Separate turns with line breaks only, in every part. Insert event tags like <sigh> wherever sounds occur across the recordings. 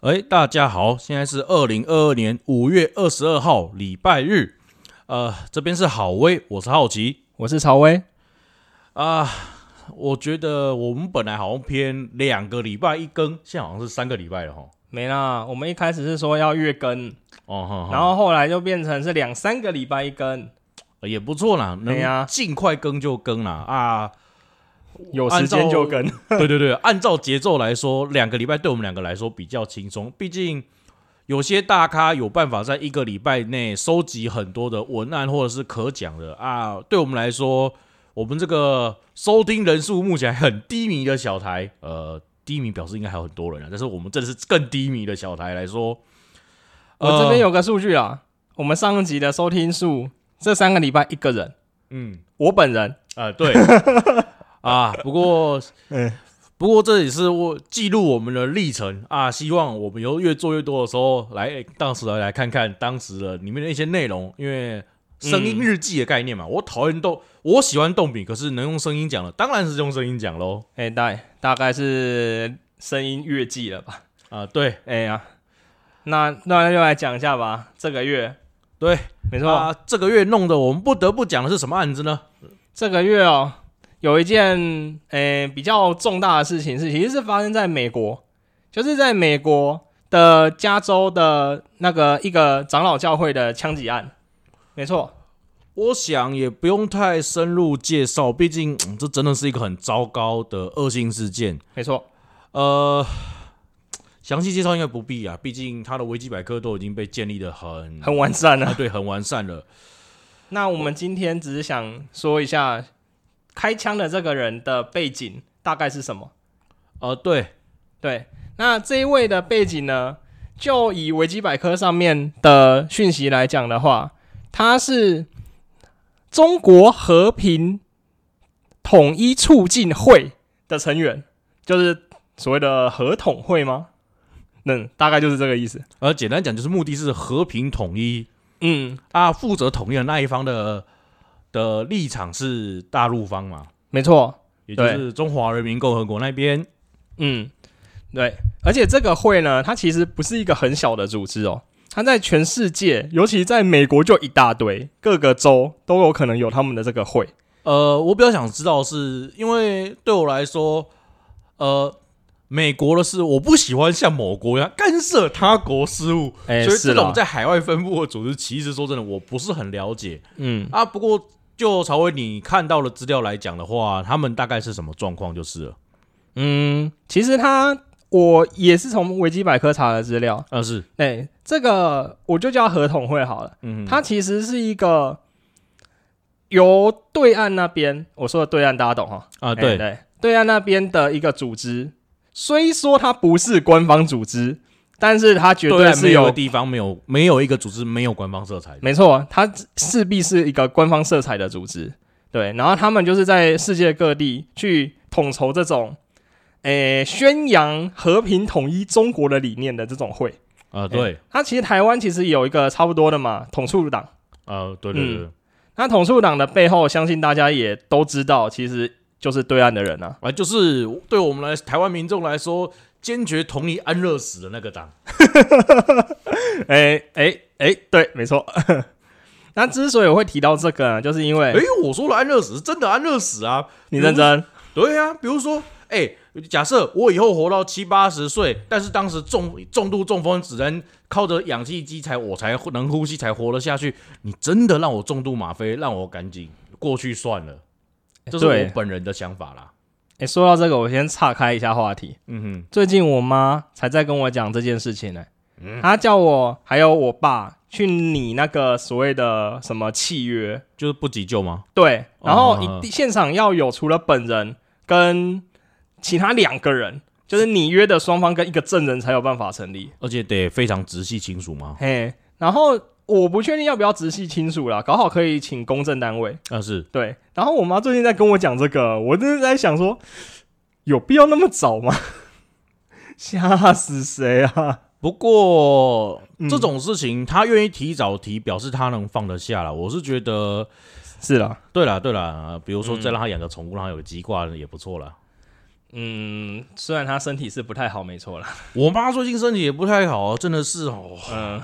哎，大家好，现在是二零二二年五月二十二号礼拜日，呃，这边是好威，我是好奇
我是曹威，
啊、我觉得我们本来好像偏两个礼拜一更，现在好像是三个礼拜了哈。
没啦。我们一开始是说要月更，
哦，哼哼
然后后来就变成是两三个礼拜一更，
呃也不错啦，
对
能
啊
尽快更就更啦啊！
有时间就更。 <laughs>
对对对，按照节奏来说，两个礼拜对我们两个来说比较轻松，毕竟有些大咖有办法在一个礼拜内收集很多的文案或者是可讲的啊。对我们来说，我们这个收听人数目前还很低迷的小台，呃，低迷表示应该还有很多人啊，但是我们这是更低迷的小台来说，
我这边
有
有个数据啊，我们上一集的收听数，这三个礼拜一个人，
嗯。
我本人
啊、对啊，不过，不过这也是我记录我们的历程啊，希望我们以后越做越多的时候，来诶当时来来看看当时的里面的一些内容，因为声音
嗯
日记的概念嘛，我讨厌动，我喜欢动笔，可是能用声音讲的，当然是用声音讲喽。
哎、大大概是声音月季了吧？
啊，对
哎、呀、那那就来讲一下吧，这个月
对，
没错、
啊，这个月弄的我们不得不讲的是什么案子呢？
这个月哦，有一件诶、呃比较重大的事情是，其实是发生在美国，就是在美国的加州的那个一个长老教会的枪击案。没错，
我想也不用太深入介绍，毕竟、嗯这真的是一个很糟糕的恶性事件。
没错，
呃，详细介绍应该不必啊，毕竟它的维基百科都已经被建立的很
很完善
啊，
啊。
对，很完善了。
<laughs> 那我们今天只是想说一下，开枪的这个人的背景大概是什么？
呃，对，
对，那这一位的背景呢，就以维基百科上面的讯息来讲的话，他是中国和平统一促进会的成员，就是所谓的合统会吗？嗯，大概就是这个意思。
呃，简单讲就是目的是和平统一
嗯，
啊，负责统一的那一方的的立场是大陆方嘛，
没错。
也就
对
是中华人民共和国那边。
嗯，对，而且这个会呢，它其实不是一个很小的组织哦，它在全世界，尤其在美国就一大堆，各个州都有可能有他们的这个会。
呃，我比较想知道的是，因为对我来说，呃，美国的事我不喜欢像某国一样干涉他国事务，
哎
所以这
是
种
啦，
在海外分布的组织，其实说真的，我不是很了解。
嗯，
啊，不过就曹伟你看到的资料来讲的话，他们大概是什么状况就是了。
嗯，其实他我也是从维基百科查的资料，
但呃是，
哎、这个我就叫合同会好了。
嗯，
它其实是一个由对岸那边，我说的对岸大家懂哈？
啊，
啊
对，
对，对岸那边的一个组织，虽说它不是官方组织，但是它绝
对
对
岸
是
没有
有
个，地方没有没有一个组织没有官方色彩的。
没错，啊它势必是一个官方色彩的组织。对，然后他们就是在世界各地去统筹这种，诶，宣扬和平统一中国的理念的这种会。
啊，对
诶，，它、其实台湾其实有一个差不多的嘛，统促党。
啊，对对对，
那统促党的背后，相信大家也都知道，其实就是对岸的人啊。
啊，就是对我们来台湾民众来说，坚决同意安乐死的那个党。
哎哎哎，对，没错。 <laughs> 那之所以我会提到这个呢，就是因
哎
为，
我说了安乐死是真的安乐死啊，
你认真，
对啊，比如说，哎、假设我以后活到七八十岁，但是当时重重度中风，只能靠着氧气机才我才能呼吸，才活得下去。你真的让我重度吗啡，让我赶紧过去算了，这是
哎对
我本人的想法啦。
哎，说到这个，我先岔开一下话题。
嗯
最近我妈才在跟我讲这件事情呢、她叫我还有我爸去拟那个所谓的什么契约
哼，，就是不急救
<laughs>
吗？
对，
哦
然后
哦
一定现场要有除了本人跟其他两个人，就是你约的双方跟一个证人才有办法成立。
而且得非常直系亲属吗？
嘿，然后我不确定要不要直系亲属啦，搞好可以请公证单位。
但是
对，然后我妈最近在跟我讲这个，我真的在想说，有必要那么早吗？ <laughs> 吓死谁啊！
不过、
嗯
这种事情，他愿意提早提，表示他能放得下了。我是觉得，
是啦，
对啦对啦，呃比如说再让他养个宠物，让他有个鸡挂也不错啦。
嗯，虽然他身体是不太好，没错啦。
我妈最近身体也不太好啊，真的是哦。
嗯，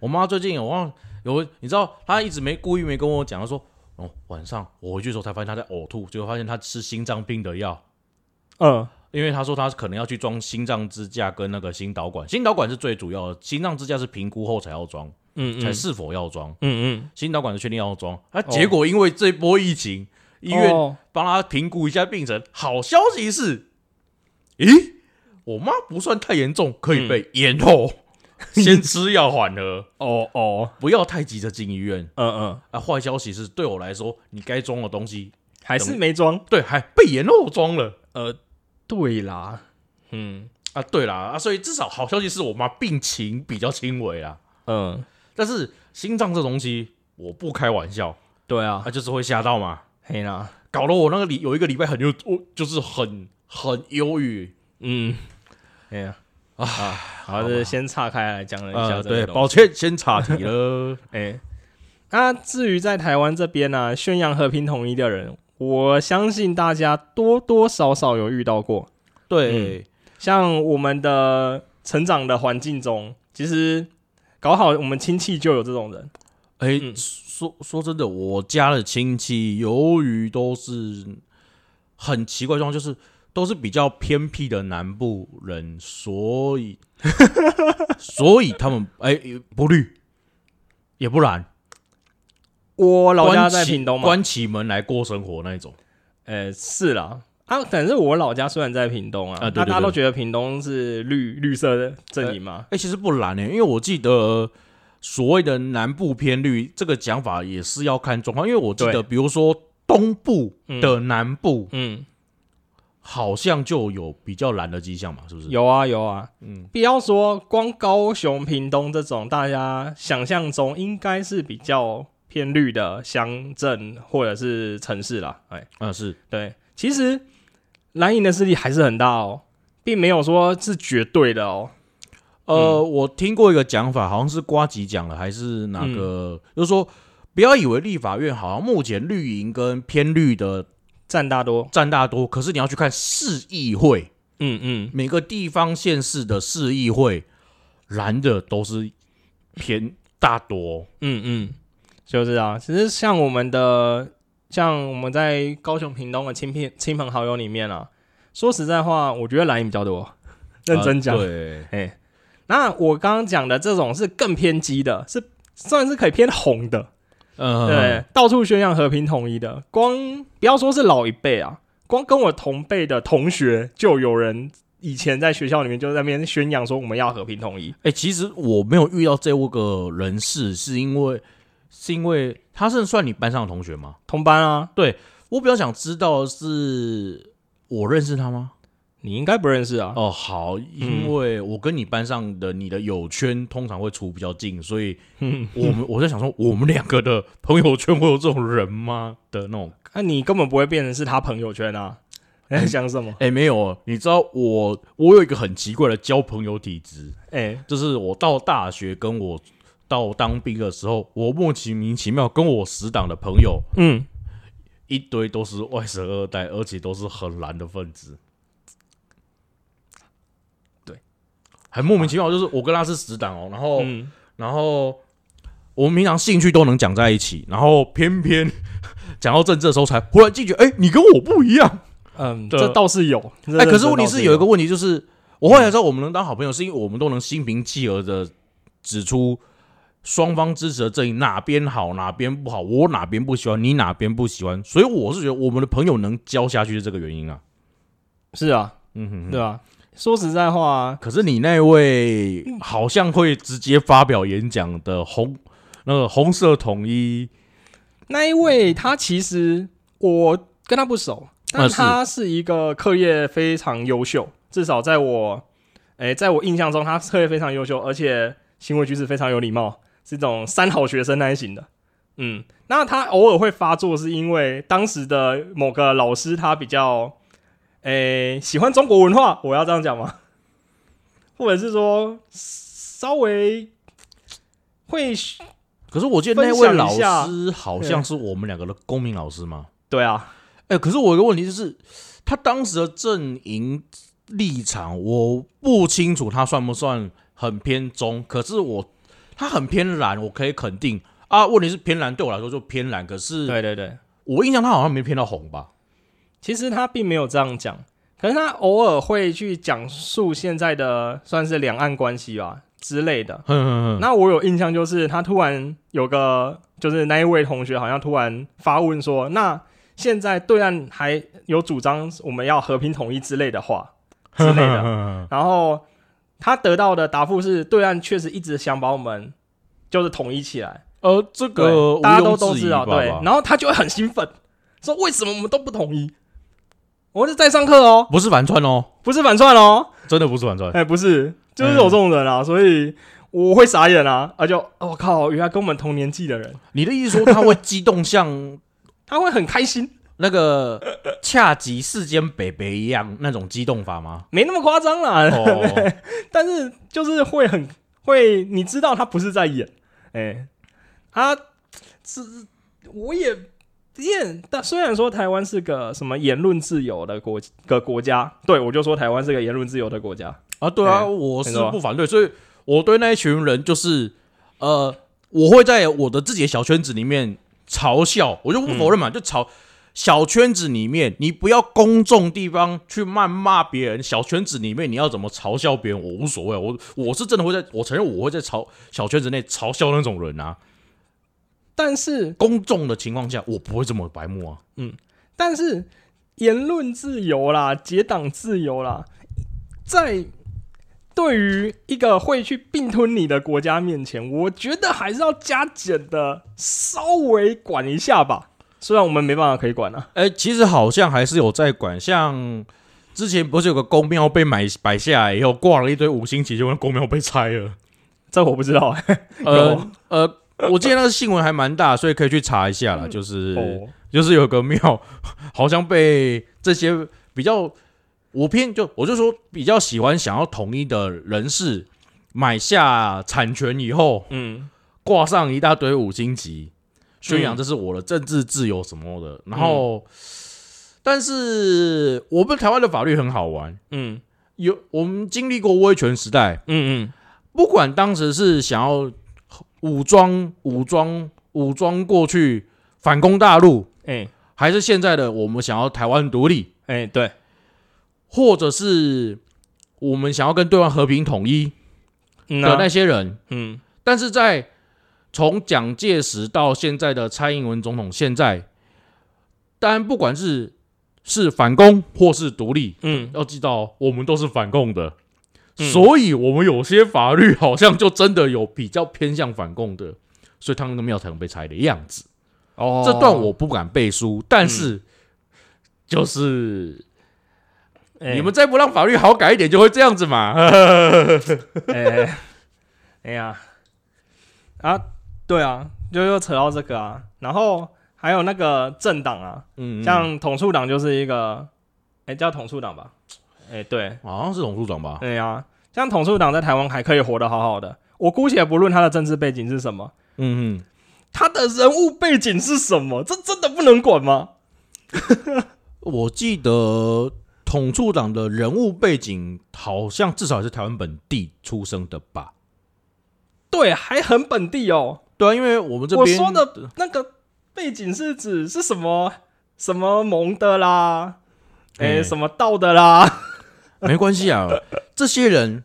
我妈最近我忘有，你知道她一直没故意没跟我讲，她说哦晚上我回去的时候才发现她在呕吐，结果发现她吃心脏病的药，
嗯，
因为她说她可能要去装心脏支架跟那个心导管，心导管是最主要的，心脏支架是评估后才要装，
嗯
才是否要装，
嗯
心导管是确定要装，啊结果因为这波疫情，
嗯，
医院
哦
帮他评估一下病程。好消息是，咦，我妈不算太严重，可以
嗯
被延
<laughs>
后，先吃药缓和，
哦哦，
不要太急着进医院。
嗯嗯，
啊，坏消息是对我来说，你该装的东西，
还是没装。
对，还被延后装了
呃，对啦，嗯
啊。对啦，啊，所以至少好消息是我妈病情比较轻微啦。
嗯，
但是心脏这东西，我不开玩笑，
对啊
啊，，就是会吓到嘛，
嘿啦，
搞得我那个礼有一个礼拜很忧，我就是很很忧郁，
嗯，哎呀，啊，好，这先岔开来讲了一下
呃，
这个
对，
东西
抱歉，先岔题
<laughs>
了。
哎、那至于在台湾这边呢、宣扬和平统一的人，我相信大家多多少少有遇到过。嗯
对，
像我们的成长的环境中，其实搞好我们亲戚就有这种人。
哎、
嗯
说说真的，我家的亲戚由于都是很奇怪的状况，就是都是比较偏僻的南部人，所以 <laughs> 所以他们哎、不绿，也不蓝，
我老家
关
在
起
屏东嘛，
关起门来过生活那一种。
呃、是啦。啊，但是我老家虽然在屏东啊，
啊对
那
对
大家都
对
觉得屏东是绿绿色的阵营嘛
哎、。其实不蓝呢、因为我记得所谓的南部偏绿这个讲法也是要看状况，因为我记
对
得比如说东部
嗯
的南部。
嗯，
好像就有比较蓝的迹象嘛，是不是？
有啊有啊，
嗯，
不要说光高雄、屏东这种大家想象中应该是比较偏绿的乡镇或者是城市啦，哎，
啊、是，
对，其实蓝营的势力还是很大哦，并没有说是绝对的哦，
呃，我听过一个讲法，好像是瓜吉讲了，还是哪个，就是说不要以为立法院好像目前绿营跟偏绿的
占大多，
占大多，可是你要去看市议会，
嗯嗯，
每个地方县市的市议会，蓝的都是偏大多，
嗯嗯，就是啊。其实像我们的，像我们在高雄、屏东的亲朋亲朋好友里面啊，说实在话，我觉得蓝营比较多。认真讲，
呃对，
哎、那我刚刚讲的这种是更偏激的，是算是可以偏红的，
呃，
对，到处宣扬和平统一的。光不要说是老一辈啊，光跟我同辈的同学就有人以前在学校里面就在那边宣扬说我们要和平统一。
哎、其实我没有遇到这个人士，是因为是因为他是算你班上的同学吗？
同班啊，
我比较想知道的是，我认识他吗？
你应该不认识啊。
哦，好，因为我跟你班上的你的友圈通常会处比较近，所以
<laughs> 嗯，
我 <laughs> 们我在想说，我们两个的朋友圈会有这种人吗？的那种，
那、啊你根本不会变成是他朋友
<laughs>
圈啊。你在想什么？
哎、没有，你知道我我有一个很奇怪的交朋友体质，
哎、
就是我到大学跟我到当兵的时候，我莫名其妙跟我死党的朋友
嗯，
一堆都是外省二代，而且都是很蓝的分子。
对，
很莫名其妙，就是我跟他是死党哦，然后、
嗯，
然后我们平常兴趣都能讲在一起，然后偏偏讲到政治的时候才忽然惊觉，哎、你跟我不一样。
嗯，
对
这倒是有。
哎、可是问题是有一个
个，
问题，就是我后来知道我们能当好朋友，是因为我们都能心平气和的指出。双方支持的阵营哪边好哪边不好，我哪边不喜欢，你哪边不喜欢，所以我是觉得我们的朋友能交下去是这个原因啊。
是啊，
嗯哼
对啊。说实在话、啊，
可是你那位好像会直接发表演讲的红那个红色统一，
那一位他其实我跟他不熟，但
啊是
他是一个课业非常优秀，至少在我，哎、在我印象中他课业非常优秀，而且行为举止非常有礼貌，是这种三好学生那一型的。嗯，那他偶尔会发作，是因为当时的某个老师他比较，哎、喜欢中国文化，我要这样讲吗？ <laughs> 或者是说稍微会
可是我记得那位
分享
老
一下
师好像是我们两个的公民老师嘛。
对啊，
哎、哎、可是我有个问题就是，他当时的阵营立场，我不清楚他算不算很偏中，可是我他很偏蓝，我可以肯定啊。问题是偏蓝对我来说就偏蓝，可是
对对对，
我印象他好像没偏到红吧？
其实他并没有这样讲，可是他偶尔会去讲述现在的算是两岸关系吧之类的。
哼哼哼，
那我有印象，就是他突然有个，就是那一位同学好像突然发问说：“那现在对岸还有主张我们要和平统一之类的话之类的。”
的，
然后他得到的答复是，对岸确实一直想把我们就是统一起来，
呃，这
对
个
大家
毋
都
庸
都
置疑
知道，
吧
对
吧。
然后他就会很兴奋，说为什么我们都不统一？我是在上课哦，
不是反串哦，
不是反串哦，
真的不是反串。
哎，不是，就是有这种人啊，所以我会傻眼啊，啊就我、哦靠，原来跟我们同年纪的人，
你的意思说他会激动像
他会很开心，
那个恰吉世间北北一样那种激动法吗？
没那么夸张啦，
哦，
但是就是会很会，你知道他不是在演，哎、他是我也也，但虽然说台湾是个什么言论自由的国个国家，对我就说台湾是个言论自由的国家，
<laughs> 啊，对啊，
哎
我是
没错
不反对，所以我对那一群人就是，呃，我会在我的自己的小圈子里面嘲笑，我就不否认
嗯
嘛，就嘲小圈子里面，你不要公众地方去谩骂别人，小圈子里面你要怎么嘲笑别人，我无所谓，我我是真的会在，我承认我会在嘲小圈子内嘲笑那种人啊，
但是
公众的情况下，我不会这么白目啊，
但是言论自由啦，结党自由啦，在。对于一个会去并吞你的国家面前，我觉得还是要加减的稍微管一下吧。虽然我们没办法可以管啊，
哎、其实好像还是有在管，像之前不是有个公庙被买摆下来以后，挂了一堆五星旗，结果那公庙被拆了。
这我不知道、欸。 <laughs>
呃呃，我记得那个新闻还蛮大，所以可以去查一下啦。就是、
哦，
就是有个庙，好像被这些比较，我偏就我就说比较喜欢想要统一的人士买下产权以后，
嗯，
挂上一大堆五星旗，宣扬这是我的政治自由什么
嗯
的。然后，但是我们台湾的法律很好玩，
嗯
有我们经历过威权时代，
嗯
不管当时是想要武装、武装、武装过去反攻大陆，
嗯，哎、
还是现在的我们想要台湾独立，
哎、对
或者是我们想要跟对方和平统一
嗯
的
啊
那些人，
嗯
但是在从蒋介石到现在的蔡英文总统，现在当然不管是是反攻或是独立，
嗯，
要记到我们都是反共的，
嗯
所以我们有些法律好像就真的有比较偏向反共的，所以他们那个庙才能被拆的样子。
哦嗯
这段我不敢背书，但是就是、
哎
你们再不让法律好改一点，就会这样子
<laughs>
嘛。嗯
哎、哎呀啊，对啊，就又扯到这个啊，然后还有那个政党啊，
嗯，
像统促党就是一个，哎、叫统促党吧，哎、对，
好像是董事长吧？
对呀、啊，像统促党在台湾还可以活得好好的，我姑且不论他的政治背景是什么，
嗯嗯，
他的人物背景是什么，这真的不能管吗？
我记得统处长的人物背景好像至少也是台湾本地出生的吧？
对，还很本地哦。
对啊，因为我们这
我
边
说的那个背景是指是什么什么蒙的啦，哎、
嗯
什么道的啦，
<laughs> 没关系啊，这些人，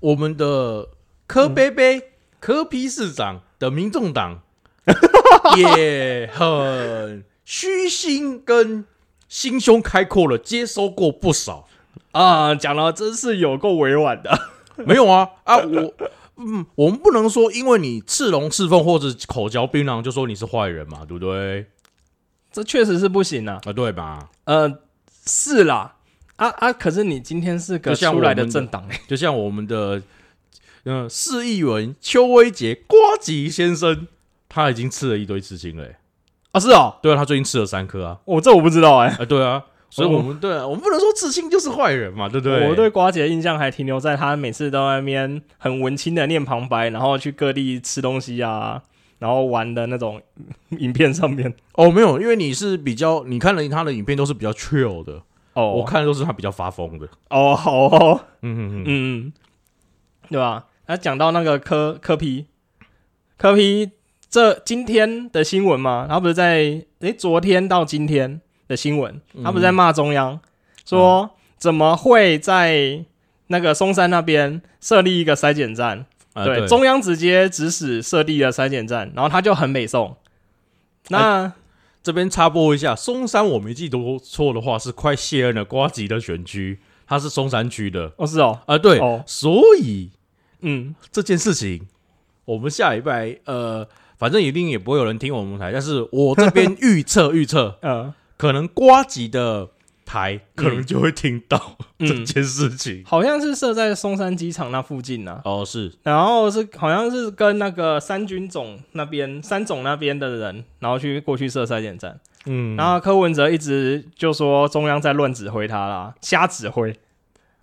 我们的柯贝
嗯
贝、柯批市长的民众
<laughs>
党也很虚心跟心胸开阔了，接收过不少。
啊，讲了真是有够委婉的。
没有啊啊，我嗯，我们不能说因为你赤龙赤凤或者口嚼槟榔就说你是坏人嘛，对不对？
<laughs> 这确实是不行啊。
啊，对吧？
呃，是啦，啊啊，可是你今天是
就
个
像
出来的
我们的
政党、哎
就像我们的嗯、呃市议员邱威杰瓜吉先生，他已经吃了一堆刺青了欸、
啊是哦，
对啊，他最近吃了三颗啊，
我、这我不知道哎、
啊、对啊，所以我们、对、啊，我们不能说刺青就是坏人嘛，对不对？
哦我对瓜姐的印象还停留在她每次都在那边很文青的念旁白，然后去各地吃东西啊，然后玩的那种影片上面。
哦，没有，因为你是比较，你看了他的影片都是比较 chill 的，
哦，
我看的都是他比较发疯的。
哦，好哦，
嗯嗯嗯，
嗯，对吧？那讲到那个科科皮，科皮这今天的新闻嘛，他不是在诶昨天到今天的新闻，他不是在骂中央，说怎么会在那个松山那边设立一个筛检站？
啊
对，中央直接指使设立了筛检站，然后他就很北宋。那、
这边插播一下，松山我没记多错的话是快谢恩了瓜吉的选区，他是松山区的
哦是哦，
啊、对，
哦
所以
嗯，
这件事情，我们下礼拜呃，反正一定也不会有人听我们台，但是我这
<laughs>
边预测预测，
呃，
可能瓜吉的台可能就会听到、
嗯
这件事情。
好像是设在松山机场那附近呢、啊。
哦，是
然后是好像是跟那个三军总那边三总那边的人，然后去过去设筛检站。
嗯，
然后柯文哲一直就说中央在乱指挥他啦，瞎指挥。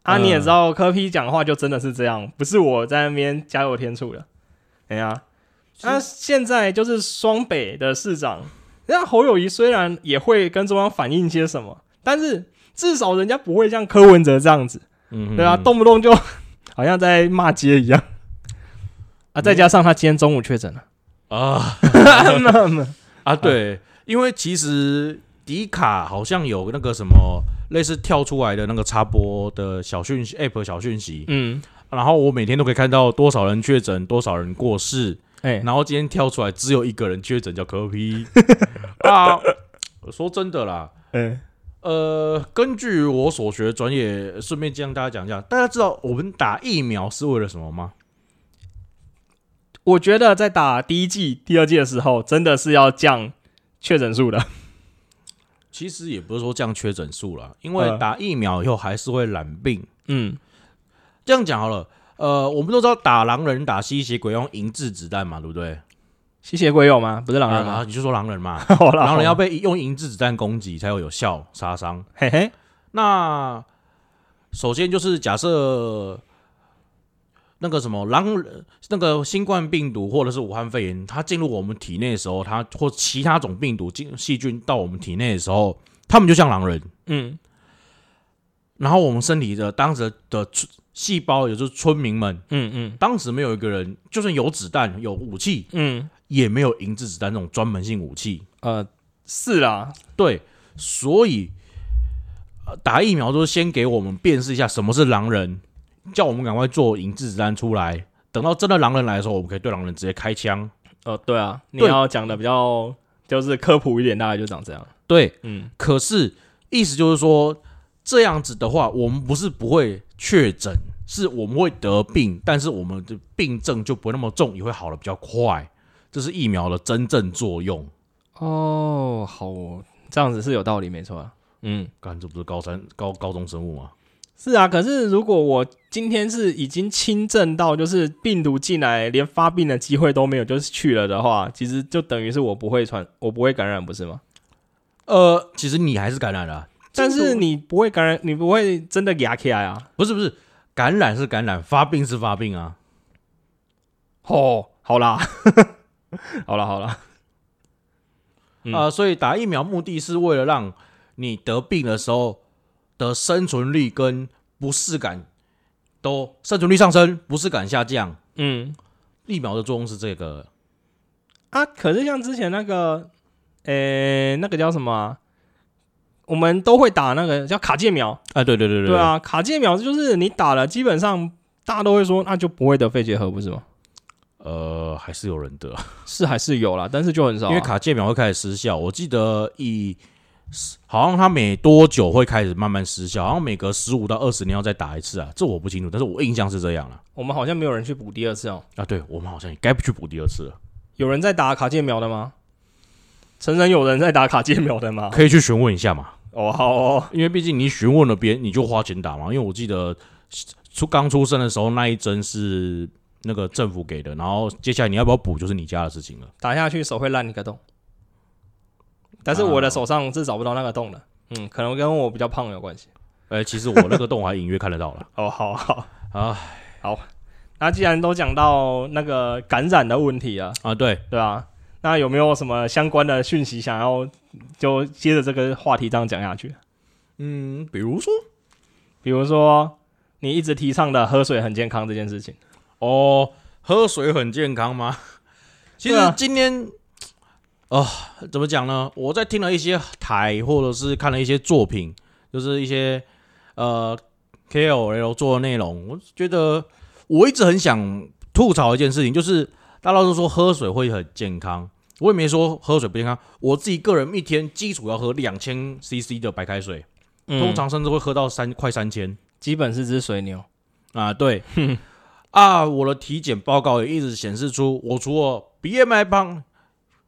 啊，
嗯
你也知道柯批讲话就真的是这样，不是我在那边加油添醋的。哎呀，那现在就是双北的市长，那侯友谊虽然也会跟中央反映些什么，但是至少人家不会像柯文哲这样子。
嗯
对啊，动不动就 <laughs> 好像在骂街一样啊！再加上他今天中午确 <laughs> 诊了，
啊啊，对，因为其实迪卡好像有那个什么类似跳出来的那个插播的小讯息 app 小讯息，
嗯，
然后我每天都可以看到多少人确诊，多少人过世，
哎、
然后今天跳出来只有一个人确诊，叫柯 <laughs> P 啊。说真的啦，
哎，
呃，根据我所学的专业，顺便将大家讲一下，大家知道我们打疫苗是为了什么吗？
我觉得在打第一季、第二季的时候，真的是要降确诊数的，
其实也不是说降确诊数啦，因为
嗯
打疫苗以后还是会染病。
嗯，
这样讲好了，呃，我们都知道打狼人、打吸血鬼用银质子弹嘛，对不对？
吸血鬼有吗？不是狼人
啊
吗？
你就说狼人嘛，
好
<laughs>
啦
狼人要
好啦
被用银质子弹攻击才有有效杀伤。
嘿嘿，
那首先就是假设那个什么狼人那个新冠病毒或者是武汉肺炎，它进入我们体内的时候，它或其他种病毒进细菌到我们体内的时候，它们就像狼人，
嗯
然后我们身体的当时的村细胞，也就是村民们，
嗯嗯
当时没有一个人，就算有子弹有武器，
嗯，
也没有银质子弹这种专门性武器。
呃，是啦，
对，所以、呃打疫苗都是先给我们辨识一下什么是狼人，叫我们赶快做银质子弹出来。等到真的狼人来的时候，我们可以对狼人直接开枪。
呃，对啊，你
对
要讲的比较就是科普一点，大概就长这样，
对，
嗯
可是意思就是说，这样子的话，我们不是不会确诊，是我们会得病，但是我们的病症就不会那么重，也会好的比较快。这是疫苗的真正作用。
哦，好哦，这样子是有道理，没错啊，嗯。
干，这不是高三高高中生物吗？
是啊，可是如果我今天是已经轻症到就是病毒进来连发病的机会都没有，就是去了的话，其实就等于是我不会传，我不会感染，不是吗？
呃，其实你还是感染了啊、
但是
病毒
你不会感染，你不会真的压起来啊？
不是不是感染是感染，发病是发病啊。
哦，好啦， <laughs> 好啦，好啦，嗯
啊、所以打疫苗目的是为了让你得病的时候的生存率跟不适感都生存率上升，不适感下降。
嗯
疫苗的作用是这个，
啊，可是像之前那个，呃、那个叫什么啊、我们都会打那个叫卡介苗，
啊，对对对对
对，啊，卡介苗就是你打了，基本上大家都会说那就不会得肺结核，不是吗？
呃，还是有人得，
是还是有啦，但是就很少、啊
因为，卡介苗会开始失效。我记得以好像它每多久会开始慢慢失效，好像每隔十五到二十年要再打一次啊，这我不清楚，但是我印象是这样啊了。
我们好像没有人去补第二次哦。
啊，对我们好像也该不去补第二次了，
有人在打卡介苗的吗？成人有人在打卡介苗的 <laughs> 吗？
可以去询问一下嘛。
哦，好哦，
因为毕竟你询问了别人，你就花钱打嘛。因为我记得出刚出生的时候那一针是那个政府给的，然后接下来你要不要补就是你家的事情了。
打下去手会烂一个洞，但是我的手上是找不到那个洞的。嗯，可能跟我比较胖有关系。
呃、其实我那个洞我还隐约看得到了
哦，好好。
啊
那既然都讲到那个感染的问题啊，
啊，对，
对吧、啊？那有没有什么相关的讯息想要就接着这个话题这样讲下去？
嗯，比如说
比如说你一直提倡的喝水很健康这件事情，
哦，喝水很健康吗？其实
对啊
今天，哦、怎么讲呢？我在听了一些台，或者是看了一些作品，就是一些呃 KOL 做的内容，我觉得我一直很想吐槽一件事情，就是大家都说喝水会很健康，我也没说喝水不健康，我自己个人一天基础要喝两千 CC 的白开水，
嗯
通常甚至会喝到三快三千。
基本是只水牛。
啊，对， <laughs> 啊，我的体检报告也一直显示出，我除了 BMI 胖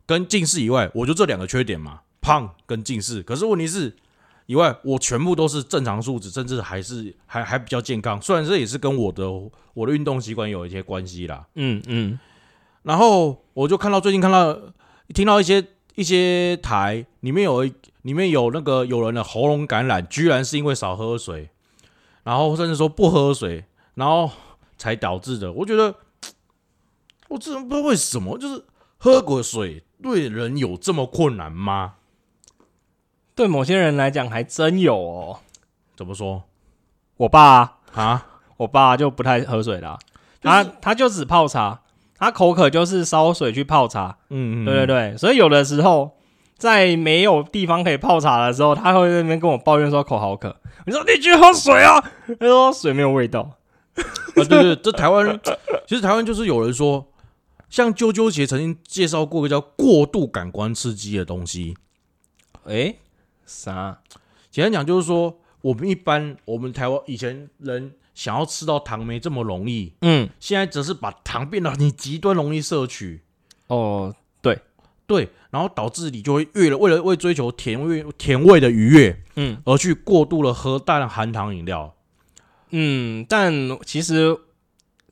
跟近视以外，我就这两个缺点嘛，胖跟近视。可是问题是，以外我全部都是正常数值，甚至还是还还比较健康。虽然这也是跟我的我的运动习惯有一些关系啦。
嗯嗯，
然后我就看到最近看到听到一些一些台里面有一里面有那个有人的喉咙感染，居然是因为少喝水，然后甚至说不喝水，然后才导致的。我觉得我真的不知道为什么，就是喝过水对人有这么困难吗？
对某些人来讲还真有哦。
怎么说
我爸，
啊？
我爸就不太喝水啦，
就是
他他就只泡茶，他口渴就是烧水去泡茶。
嗯，嗯
对对，对，所以有的时候在没有地方可以泡茶的时候，他会在那边跟我抱怨说口好渴。我说你去喝水啊，他说水没有味道。
啊，对对，这台湾其实台湾就是有人说，像啾啾姐曾经介绍过一个叫过度感官刺激的东西，
诶，啥？
简单讲就是说，我们一般我们台湾以前人想要吃到糖没这么容易，
嗯，
现在则是把糖变得你极端容易摄取，
哦，
对，然后导致你就会越了为了为追求甜味甜味的愉悦
嗯
而去过度的喝大量含糖饮料。
嗯，但其实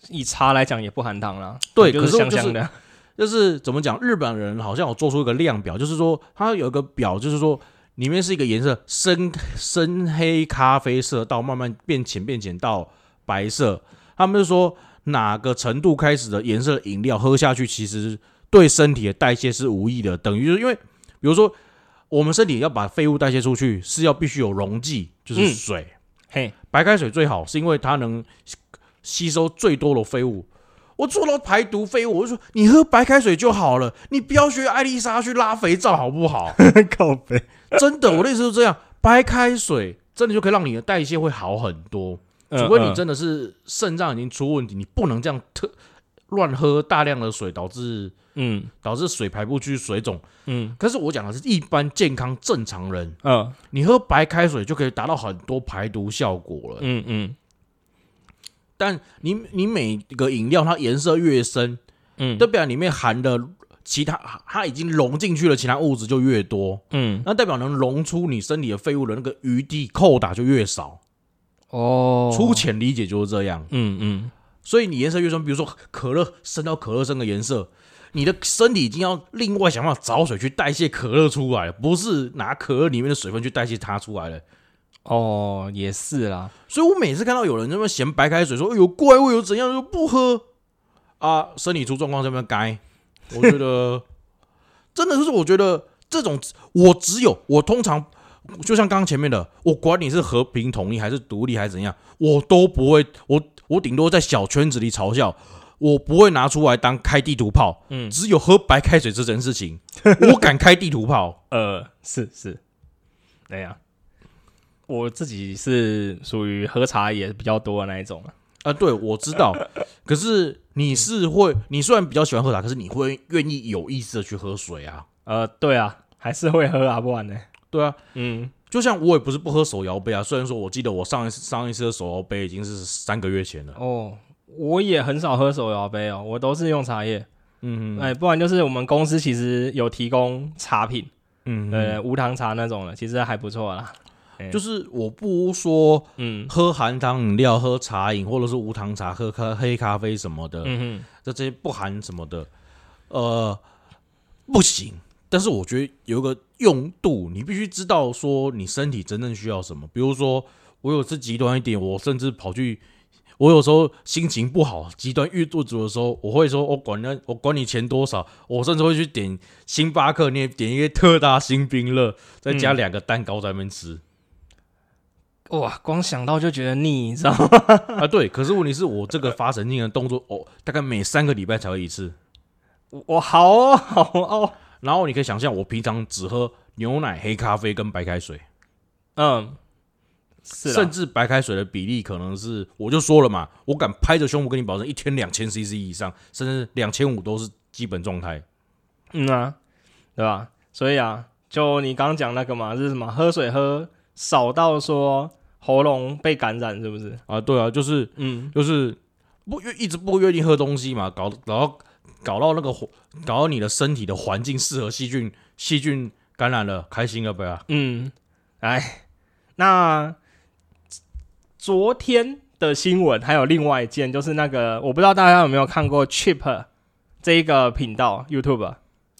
以茶来讲也不含糖啦，
对
就是
可是我
香
就是
香的。
就是怎么讲，日本人好像有做出一个量表，就是说它有一个表，就是说里面是一个颜色深深黑咖啡色，到慢慢变浅变浅到白色。他们就说哪个程度开始的颜色的饮料喝下去，其实对身体的代谢是无益的，等于就是因为比如说我们身体要把废物代谢出去，是要必须有溶剂，就是
嗯
水。
嘿，
白开水最好，是因为它能吸吸收最多的废物。我做到排毒废物，我就说你喝白开水就好了，你不要学艾丽莎去拉肥皂好不好？
<laughs> 靠背。
真的，我的意思是这样，白开水真的就可以让你的代谢会好很多，
嗯
除非你真的是肾脏已经出问题，你不能这样特乱喝大量的水，导致
嗯
导致水排不出去水肿。
嗯
可是我讲的是一般健康正常人，
嗯
你喝白开水就可以达到很多排毒效果了。
嗯嗯
但你你每个饮料它颜色越深，
嗯，
代表里面含的其他它已经融进去了，其他物质就越多，
嗯
那代表能溶出你身体的废物的那个余地扣打就越少。
哦
粗浅理解就是这样，
嗯嗯
所以你颜色越深，比如说可乐深到可乐深的颜色。你的身体已经要另外想办法找水去代谢可乐出来，不是拿可乐里面的水分去代谢它出来了。
哦也是啦，
所以我每次看到有人那么嫌白开水，说有怪味有怎样就不喝啊，身体出状况这么该，我觉得真的就是我觉得这种我只有我通常就像刚刚前面的，我管你是和平统一还是独立还是怎样，我都不会，我我顶多在小圈子里嘲笑。我不会拿出来当开地图炮，
嗯
只有喝白开水这件事情，我敢开地图炮。
呃是是，哎呀、我自己是属于喝茶也比较多的那一种啊。
啊，对，我知道。可是你是会，你虽然比较喜欢喝茶，可是你会愿意有意识的去喝水啊。
呃，对啊，还是会喝啊，不然呢？
对啊，
嗯
就像我也不是不喝手摇杯啊。虽然说我记得我上一次上一次的手摇杯已经是三个月前了。
哦，我也很少喝手摇杯哦，我都是用茶叶。
嗯哼
哎，不然就是我们公司其实有提供茶品，
嗯哼，
呃，无糖茶那种的，其实还不错啦。
就是我不说
嗯
喝含糖饮料、喝茶饮或者是无糖茶、喝咖黑咖啡什么的，
嗯
这这些不含什么的，呃，不行。但是我觉得有一个用度，你必须知道说你身体真正需要什么。比如说，我有次极端一点，我甚至跑去，我有时候心情不好、极端欲肚子的时候，我会说：“我哦管那，我管你钱多少。”我甚至会去点星巴克，你也点一个特大星冰乐，再加
嗯
两个蛋糕在那边吃、
哇，光想到就觉得腻，你知道吗？
<laughs> 啊。对，可是问题是我这个发神经的动作，哦，大概每三个礼拜才会一次。
我好哦，好哦，
然后你可以想象，我平常只喝牛奶、黑咖啡跟白开水，
嗯，是
甚
啦，
至白开水的比例可能是，我就说了嘛，我敢拍着胸脯跟你保证，一天两千 CC 以上，甚至两千五都是基本状态。
嗯啊，对吧？所以啊，就你刚刚讲那个嘛，是什么？喝水喝少到说喉咙被感染，是不是？
啊，对啊，就是
嗯，
就是不约一直不约定喝东西嘛，搞然后搞到那个环搞到你的身体的环境适合细菌，细菌感染了，开心了呗、啊。
嗯，哎，那昨天的新闻还有另外一件，就是那个我不知道大家有没有看过 Chip 这一个频道 YouTube，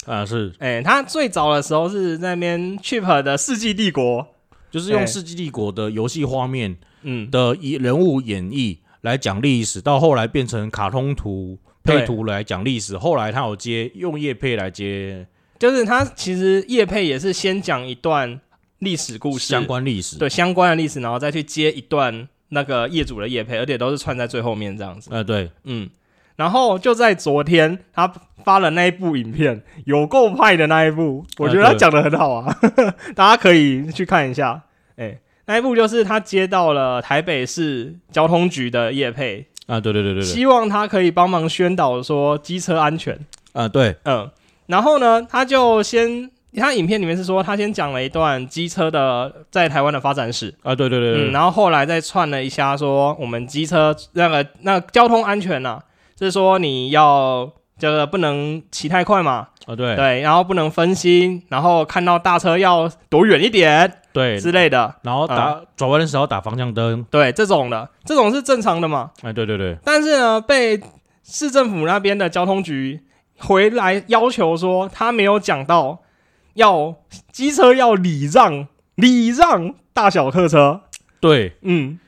啊，是
哎、他最早的时候是在那边 Chip 的《世纪帝国》，
就是用
哎
《世纪帝国》的游戏画面
嗯，
的一人物演绎来讲历史，到后来变成卡通图配
对
图来讲历史，后来他有接用叶配来接
就是他其实叶配也是先讲一段历史故事，
相关历史。
对相关的历史，然后再去接一段那个业主的叶配，而且都是串在最后面这样子。
呃，对，
嗯，然后就在昨天，他发了那一部影片，有够派的那一部，我觉得他
对
讲的很好啊， <laughs> 大家可以去看一下。哎、那一部就是他接到了台北市交通局的业配，
啊，对对对对对，
希望他可以帮忙宣导说机车安全。
啊，对，
嗯，然后呢，他就先。他影片里面是说，他先讲了一段机车的在台湾的发展史，
啊，对对对对
嗯，，然后后来再串了一下说，我们机车那个那交通安全呐、啊就是说你要就是不能骑太快嘛，
啊，对
对，然后不能分心，然后看到大车要躲远一点
对，
之类的，啊
然后打转弯的时候打方向灯，
对，这种的，这种是正常的嘛。
哎，对对对，
但是呢，被市政府那边的交通局回来要求说，他没有讲到要机车要礼让礼让大小客车，
对，
嗯，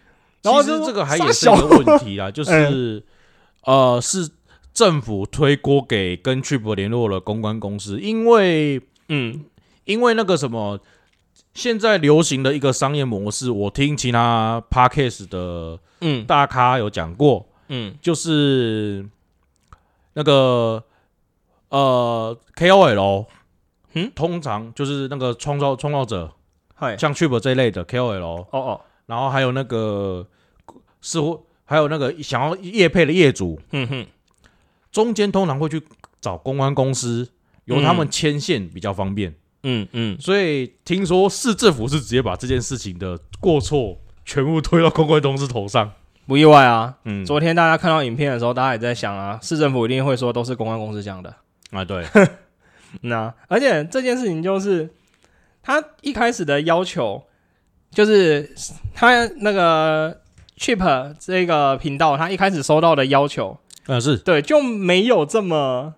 然
然后
后
就
这个还
傻嗯
也是一
小
个问题
<laughs>
啦，就是呃，是政府推锅给跟去博联络了公关公司，因为
嗯
因为那个什么，现在流行的一个商业模式，我听其他 podcast 的
嗯
大咖有讲过，
嗯，
就是那个呃 KOL，
嗯，
通常就是那个创造创造者，
嗨，
像 Tube 这一类的 KOL，
哦哦，
然后还有那个似乎还有那个想要业配的业主，
嗯哼，
中间通常会去找公关公司，由他们牵线比较方便。
嗯嗯，
所以听说市政府是直接把这件事情的过错全部推到公关公司头上。
不意外啊。
嗯，
昨天大家看到影片的时候，大家也在想啊，市政府一定会说都是公关公司讲的。
啊， <laughs> 对，
那、啊、而且这件事情就是他一开始的要求，就是他那个 Chip 这个频道，他一开始收到的要求，
呃，是
对，就没有这么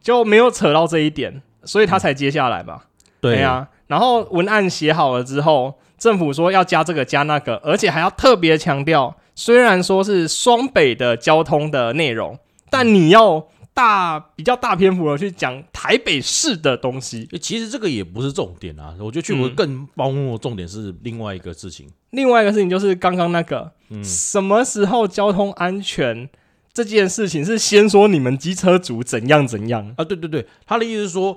就没有扯到这一点，所以他才接下来吧。
对
哎呀、，然后文案写好了之后，政府说要加这个加那个，而且还要特别强调，虽然说是双北的交通的内容，但你要大比较大篇幅的去讲台北市的东西。
其实这个也不是重点啊，我觉得去国
嗯
更包括重点是另外一个事情。
另外一个事情就是刚刚那个，
嗯
什么时候交通安全这件事情是先说你们机车族怎样怎样，
啊，对对对，他的意思是说，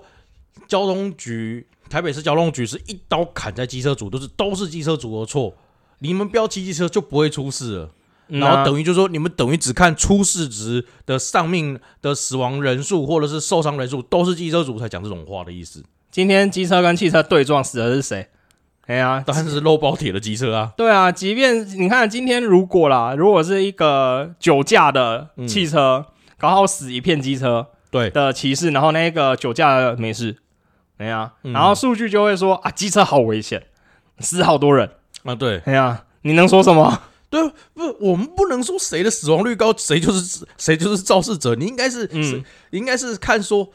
交通局台北市交通局是一刀砍在机车族，都是都是机车族的错，你们不要骑机车就不会出事了。然后嗯
那
等于就是说，你们等于只看出事值的丧命的死亡人数或者是受伤人数，都是机车族才讲这种话的意思。
今天机车跟汽车对撞死的是谁？哎呀，
当然是肉包铁的机车啊，
对啊，即便你看今天如果啦，如果是一个酒驾的汽车，刚好死一片机车
对，
的骑士，然后那个酒驾的没事，哎呀、
嗯
然后数据就会说啊，机车好危险，死好多人，
啊对
哎呀、你能说什么？
对，不，我们不能说谁的死亡率高，谁就是谁就是肇事者，你应该是，
嗯
嗯，你应该是看说，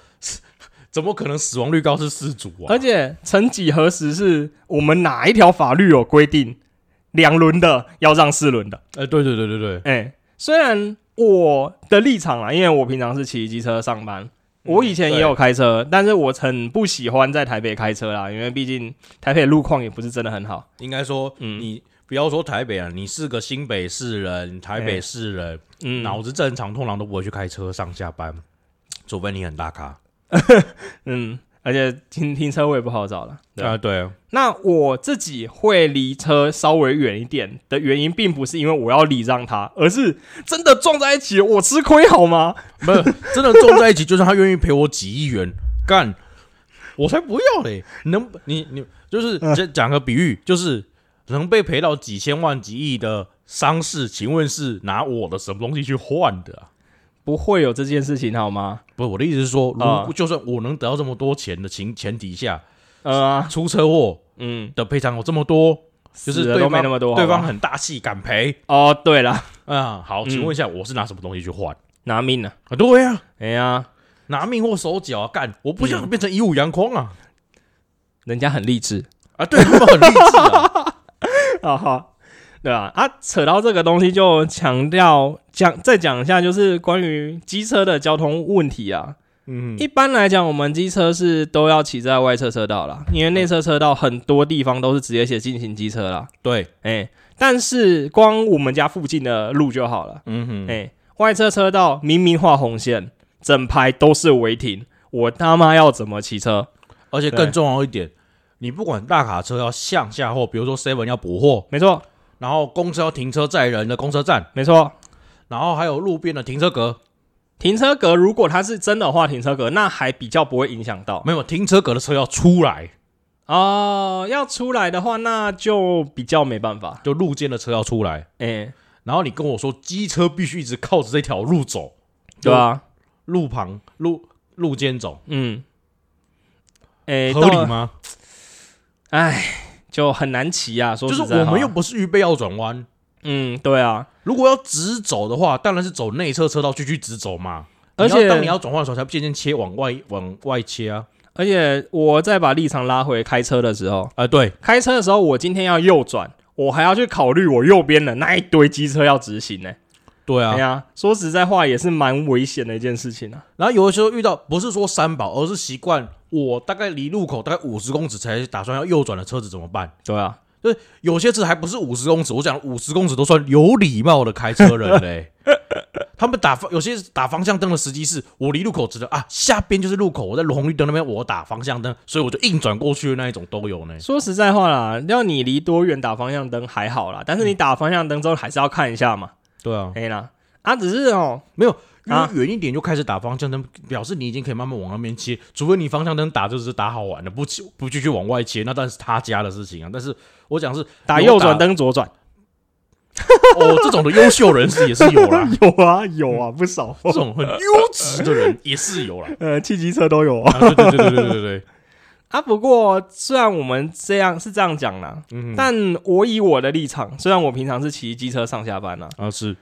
怎么可能死亡率高是事主啊
而？且曾几何时是我们哪一条法律有规定两轮的要让四轮的？
哎、对对对对对，
哎、虽然我的立场啦，因为我平常是骑机车上班，我
嗯
以前也有开车，但是我很不喜欢在台北开车啦，因为毕竟台北路况也不是真的很好。
应该说，
嗯
你不要说台北啊，你是个新北市人、台
哎
北市人，
嗯，
脑子正常，通常都不会去开车上下班，除非你很大咖。
嗯，而且停停车位也不好找了。对
啊，对啊，
那我自己会离车稍微远一点的原因，并不是因为我要礼让他，而是真的撞在一起，我吃亏好吗？
不是真的撞在一起，就算他愿意赔我几亿元， <laughs> 干，我才不要嘞！能你你就是这讲个比喻，就是能被赔到几千万、几亿的伤势，请问是拿我的什么东西去换的、啊？
不会有这件事情好吗？
不是我的意思是说，如
啊
果就算我能得到这么多钱的情前提下，
呃，
出车祸
嗯，
的赔偿有这么多，就是
死的
对
都没
方
那么多，
对
好吗
方很大气，敢赔
哦，对了，
啊、好，
嗯
请问一下，我是拿什么东西去换？
拿命了、
啊，对呀、
哎呀，
拿命或手脚啊，干！我不想变成一五阳光啊！
人家很励志
啊，对他们很励志
<laughs>
啊。
啊哈，对吧、啊？扯到这个东西，就强调讲再讲一下，就是关于机车的交通问题啊。
嗯，
一般来讲，我们机车是都要骑在外侧车道啦，因为内侧车道很多地方都是直接写进行机车啦。
对，
哎、但是光我们家附近的路就好了。
嗯
哎、
哼，
外侧车道明明画红线，整排都是违停，我他妈要怎么骑车？
而且更重要一点，你不管大卡车要向下货，比如说 Seven 要补货，
没错，
然后公车要停车载人的公车站，
没错，
然后还有路边的停车格，
停车格如果它是真的画停车格，那还比较不会影响到
没有停车格的车要出来，
哦、要出来的话，那就比较没办法。
就路肩的车要出来。
哎、
然后你跟我说机车必须一直靠着这条路走，
对啊，
路旁路路肩走，
嗯，哎、
合
到
理
了？
吗？
哎，就很难骑啊。说
就是
实在
我
话
们又不是预备要转弯，
嗯，对啊，
如果要直走的话，当然是走内侧车道继续直走嘛。
而
你
且
要当你要转换的时候，才渐渐切往外往外切啊。
而且我再把立场拉回开车的时候，
啊、对，
开车的时候我今天要右转，我还要去考虑我右边的那一堆机车要直行呢、
对啊
哎。呀、说实在话也是蛮危险的一件事情啊。
然后有的时候遇到不是说三宝，而是习惯我大概离路口大概五十公尺才打算要右转的车子怎么办？
对啊，
就是有些车还不是五十公尺，我讲五十公尺都算有礼貌的开车 <laughs> 人嘞、他们打方有些打方向灯的时机是，我离路口只能啊下边就是路口，我在红绿灯那边我打方向灯，所以我就硬转过去的那一种都有呢。
说实在话啦，要你离多远打方向灯还好啦，但是你打方向灯之后还是要看一下嘛，
对啊，
哎、啦，啊，只是哦、
没有，因
啊
为远一点就开始打方向灯，表示你已经可以慢慢往那边切，除非你方向灯打就是打好玩的，不切不继续往外切，那当然是他家的事情啊。但是我讲是
打
有
右转灯左转，，
哦，这种的优秀人士也是有啦
<laughs> 有啊有啊，不少哦、
这种很优质的人也是有啦。
呃，汽机车都有啊。
啊对对对对对对对对，
啊，不过虽然我们这样是这样讲啦，
嗯哼
但我以我的立场，虽然我平常是骑机车上下班啦、
啊是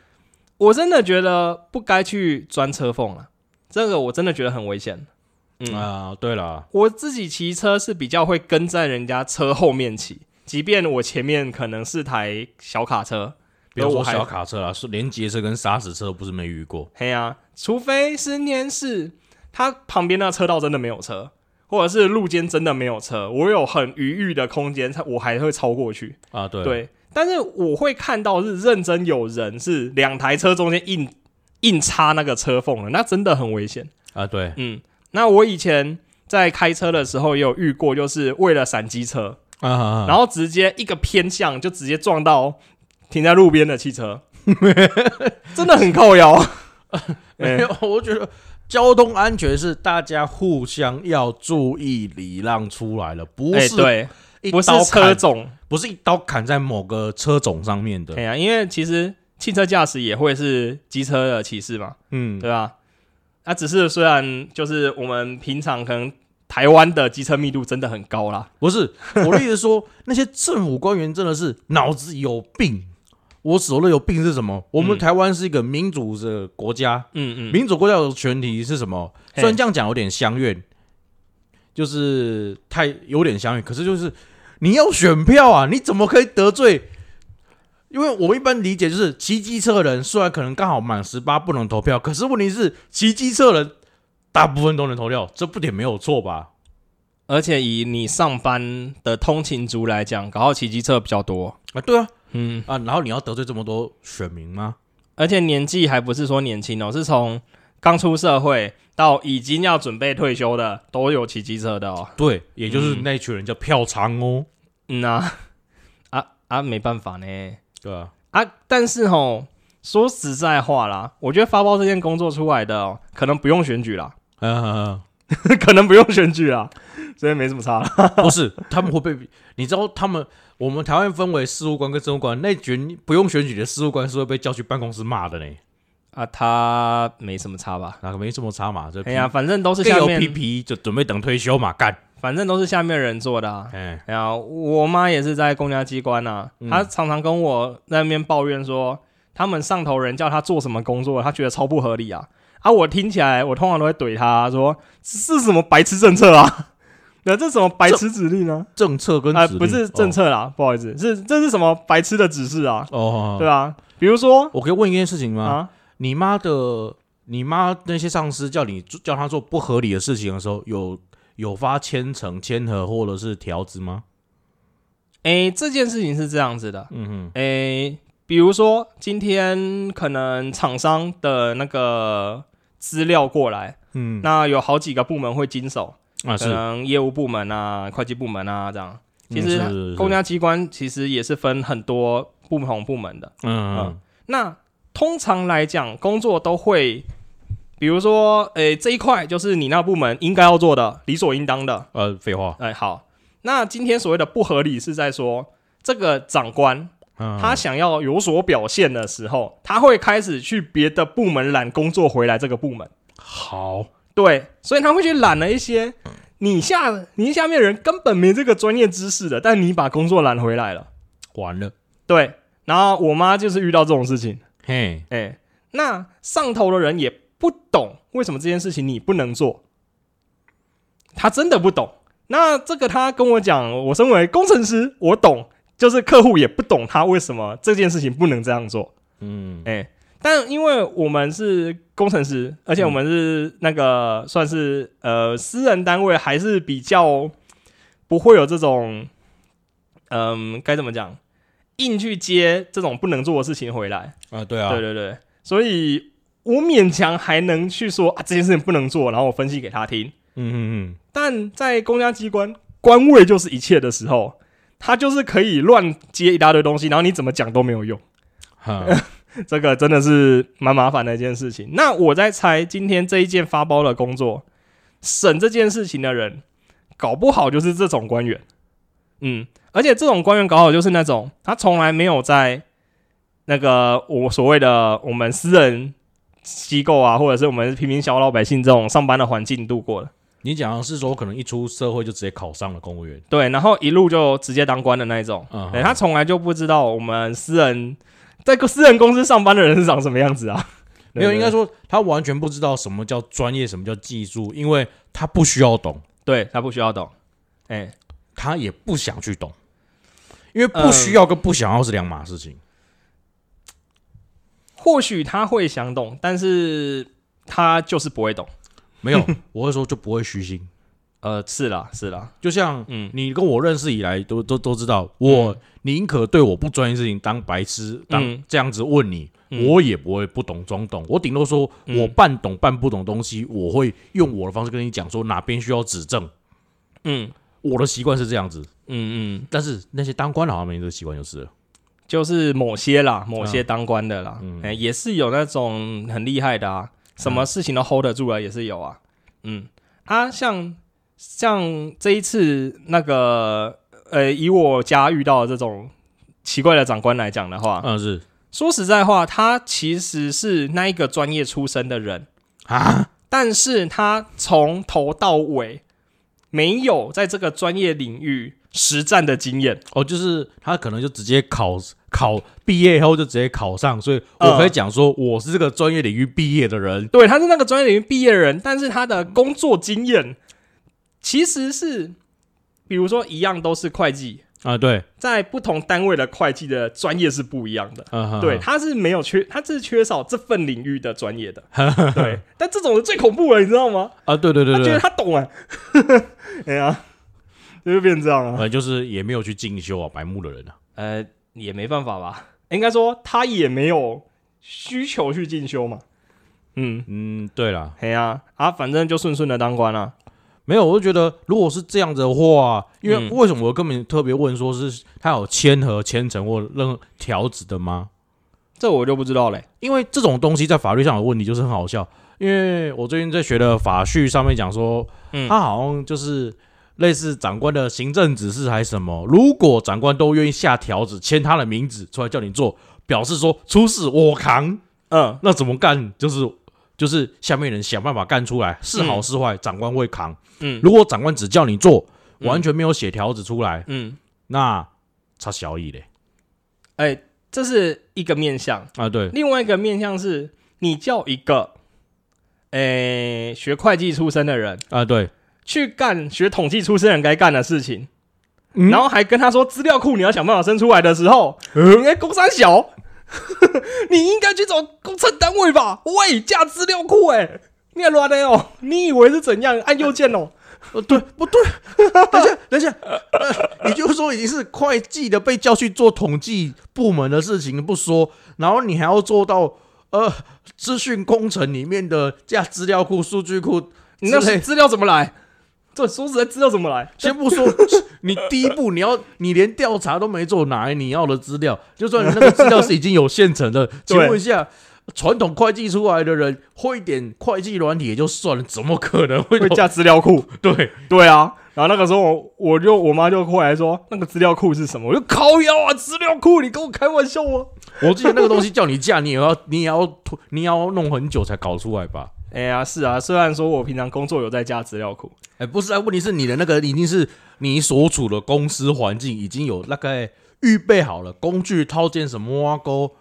我真的觉得不该去钻车缝了，这个我真的觉得很危险。嗯
啊，对啦，
我自己骑车是比较会跟在人家车后面骑，即便我前面可能是台小卡车，
不要
我
说
还
小卡车啦，是连接车跟砂石车不是没遇过。
嘿呀、除非是天是它旁边那车道真的没有车，或者是路肩真的没有车，我有很余裕的空间，才我还会超过去。
啊，对，
对，但是我会看到是认真有人是两台车中间硬硬插那个车缝了，那真的很危险。
啊，对，
嗯，那我以前在开车的时候也有遇过，就是为了闪机车，
啊啊，啊
然后直接一个偏向就直接撞到停在路边的汽 <laughs> 车，真的很靠 <laughs> 腰。
没
哎
有，我觉得交通安全是大家互相要注意礼让出来了，不
哎，
是
对，
一
不是
刀
车
砍，
种，
不是一刀砍在某个车种上面的
哎。呀、因为其实汽车驾驶也会是机车的骑士嘛，
嗯，
对吧？那、只是虽然就是我们平常可能台湾的机车密度真的很高啦，
不是我的意思是说，那些政府官员真的是脑子有病。我所谓有病是什么？我们
嗯
台湾是一个民主的国家，
嗯嗯，
民主国家的前提是什么？
嘿
虽然这样讲有点相怨，就是太有点相怨，可是就是你要选票啊，你怎么可以得罪因为我一般理解就是骑机车的人虽然可能刚好满十八不能投票，可是问题是骑机车的人大部分都能投票，这不点没有错吧？
而且以你上班的通勤族来讲，搞好骑机车比较多。
啊，对啊，
嗯，
啊，然后你要得罪这么多选民吗？
而且年纪还不是说年轻哦，是从刚出社会到已经要准备退休的，都有骑机车的哦。
对，也就是
嗯
那一群人叫票仓哦，
嗯啊，啊啊，没办法呢
对啊，
啊。但是吼，说实在话啦，我觉得发包这件工作出来的、哦，可能不用选举啦， <laughs>
呃，
可能不用选举啦，所以没什么差啦。 <laughs>
不是，他们会被你知道，他们我们台湾分为事务官跟政务官，那群不用选举的事务官是会被叫去办公室骂的呢，
啊，他没什么差吧？
哪个没这么差嘛？这
哎呀，反正都是
更
下
有屁
面，
皮就准备等退休嘛，干，
反正都是下面人做的啊。
哎，
哎呀，我妈也是在公家机关呐、
嗯
她常常跟我在那边抱怨说，他们上头人叫她做什么工作，她觉得超不合理啊。啊，我听起来我通常都会怼她说，这是什么白痴政策啊？ <laughs> 那这什么白痴指令呢、
政策跟
啊？
指令
不是政策啦，不好意思，是这是什么白痴的指示啊？
哦哦，
对
啊，
啊，比如说
我可以问一件事情吗？
啊，
你妈的，你妈那些上司叫你做叫她做不合理的事情的时候，有有发千层、千和或者是条子吗？
诶，这件事情是这样子的，
嗯
诶，比如说今天可能厂商的那个资料过来，
哼，嗯，
那有好几个部门会经手，
那
可
是
能业务部门啊、会计部门啊这样。其
嗯
实
是是是
公家机关其实也是分很多不同部门的。
嗯
那通常来讲，工作都会，比如说，诶、这一块就是你那部门应该要做的，理所应当的。
呃，废话，
哎、好。那今天所谓的不合理是在说，这个长官
嗯
他想要有所表现的时候，他会开始去别的部门揽工作回来这个部门。
好，
对，所以他会去揽了一些你下你下面人根本没这个专业知识的，但你把工作揽回来了。
完了，
对，然后我妈就是遇到这种事情，
嘿，
哎、那上头的人也不懂为什么这件事情你不能做，他真的不懂。那这个他跟我讲，我身为工程师，我懂，就是客户也不懂他为什么这件事情不能这样做。
嗯
哎、但因为我们是工程师，而且我们是那个、算是呃私人单位，还是比较不会有这种，嗯、该怎么讲，硬去接这种不能做的事情回来。
啊，对啊
对，对对，所以我勉强还能去说啊这件事情不能做，然后我分析给他听。
嗯嗯
但在公家机关官位就是一切的时候，他就是可以乱接一大堆东西，然后你怎么讲都没有用。
嗯，哈
这个真的是蛮麻烦的一件事情。那我在猜，今天这一件发包的工作，审这件事情的人，搞不好就是这种官员。嗯，而且这种官员搞好就是那种他从来没有在那个我所谓的我们私人机构啊，或者是我们平民小老百姓这种上班的环境度过的。
<laughs> 你讲的是说我可能一出社会就直接考上了公务员，
对，然后一路就直接当官的那一种。
嗯
对，哎他从来就不知道我们私人在私人公司上班的人是长什么样子啊。
没有，应该
说。
说他完全不知道什么叫专业，什么叫技术，因为他不需要懂。
对他不需要懂。哎、
他也不想去懂，因为不需要跟不想要是两码事情。
或许他会想懂，但是他就是不会懂。
没有，我会说就不会虚心。
呃，是啦，是啦，
就像
嗯
你跟我认识以来，都都都知道，我宁可对我不专业事情当白痴，当
嗯
这样子问你，
嗯
我也不会不懂装懂。我顶多说
嗯
我半懂半不懂东西，我会用我的方式跟你讲说哪边需要指正。
嗯
我的习惯是这样子，
嗯嗯，
但是那些当官的好像没这个习惯就是了。
就是某些啦，某些当官的啦，哎、
嗯
也是有那种很厉害的啊，什么事情都 hold 得住了，也是有啊。嗯啊，像像这一次那个，呃，以我家遇到的这种奇怪的长官来讲的话，
嗯，是
说实在话，他其实是那一个专业出身的人。
啊，
但是他从头到尾没有在这个专业领域实战的经验。
哦，就是他可能就直接考考毕业以后就直接考上，所以
嗯
我可以讲说我是这个专业领域毕业的人。
对，他是那个专业领域毕业的人，但是他的工作经验其实是，比如说一样都是会计，
啊，对，
在不同单位的会计的专业是不一样的。
嗯哼
对，，他是没有缺，他是缺少这份领域的专
<laughs>
业的。对，但这种人最恐怖了，你知道吗？
啊，对对对
他觉得
对，
他懂啊， <laughs> 哎呀，就变这样了。啊
呃，就是也没有去进修啊，白目的人啊，
呃，也没办法吧，应该说他也没有需求去进修嘛。嗯，
嗯，对啦，
嘿呀、啊，反正就顺顺的当官啊了、
没有，我就觉得如果是这样子的话，因为
嗯
为什么我根本特别问说是他有签和签成或任何条子的吗？
这我就不知道嘞。
因为这种东西在法律上有问题，就是很好笑。因为我最近在学的法序上面讲说，
嗯
他好像就是类似长官的行政指示还是什么，如果长官都愿意下条子签他的名字出来叫你做，表示说出事我扛，
嗯，
那怎么干？就是就是下面人想办法干出来，是好是坏，长官会扛。
嗯
如果长官只叫你做，
嗯
完全没有写条子出来，
嗯，
那差小意嘞
哎、这是一个面向，
啊！对，
另外一个面向是你叫一个，哎、学会计出身的人
啊对，
去干学统计出身人该干的事情，
嗯
然后还跟他说资料库你要想办法生出来的时候，你应该工三小， <laughs> 你应该去找工程单位吧？喂，架资料库哎、你还乱的哦？你以为是怎样？按右键 <laughs> 哦？
呃对不 <laughs> 对？等一下等一下，呃也就是说已经是会计的被叫去做统计部门的事情不说，然后你还要做到呃资讯工程里面的架资料库、数据库
你那
之类
资料怎么来？这说实在，资料怎么来？
先不说，你第一步你要你连调查都没做，哪来你要的资料？就算你那个资料是已经有现成的，请问一下，传统会计出来的人会一点会计软体也就算了，怎么可能会
会架资料库？
<laughs> 对？
对啊，然后那个时候我我就我妈就过来说那个资料库是什么？我就靠腰啊，资料库，你跟我开玩笑吗？
我记得那个东西叫你架，你也要 <laughs> 你也要拖你也要弄很久才搞出来吧？
哎呀，是啊，虽然说我平常工作有在加资料库，
哎，不是啊，问题是你的那个已经是你所处的公司环境已经有大概预备好了工具套件什么挖沟，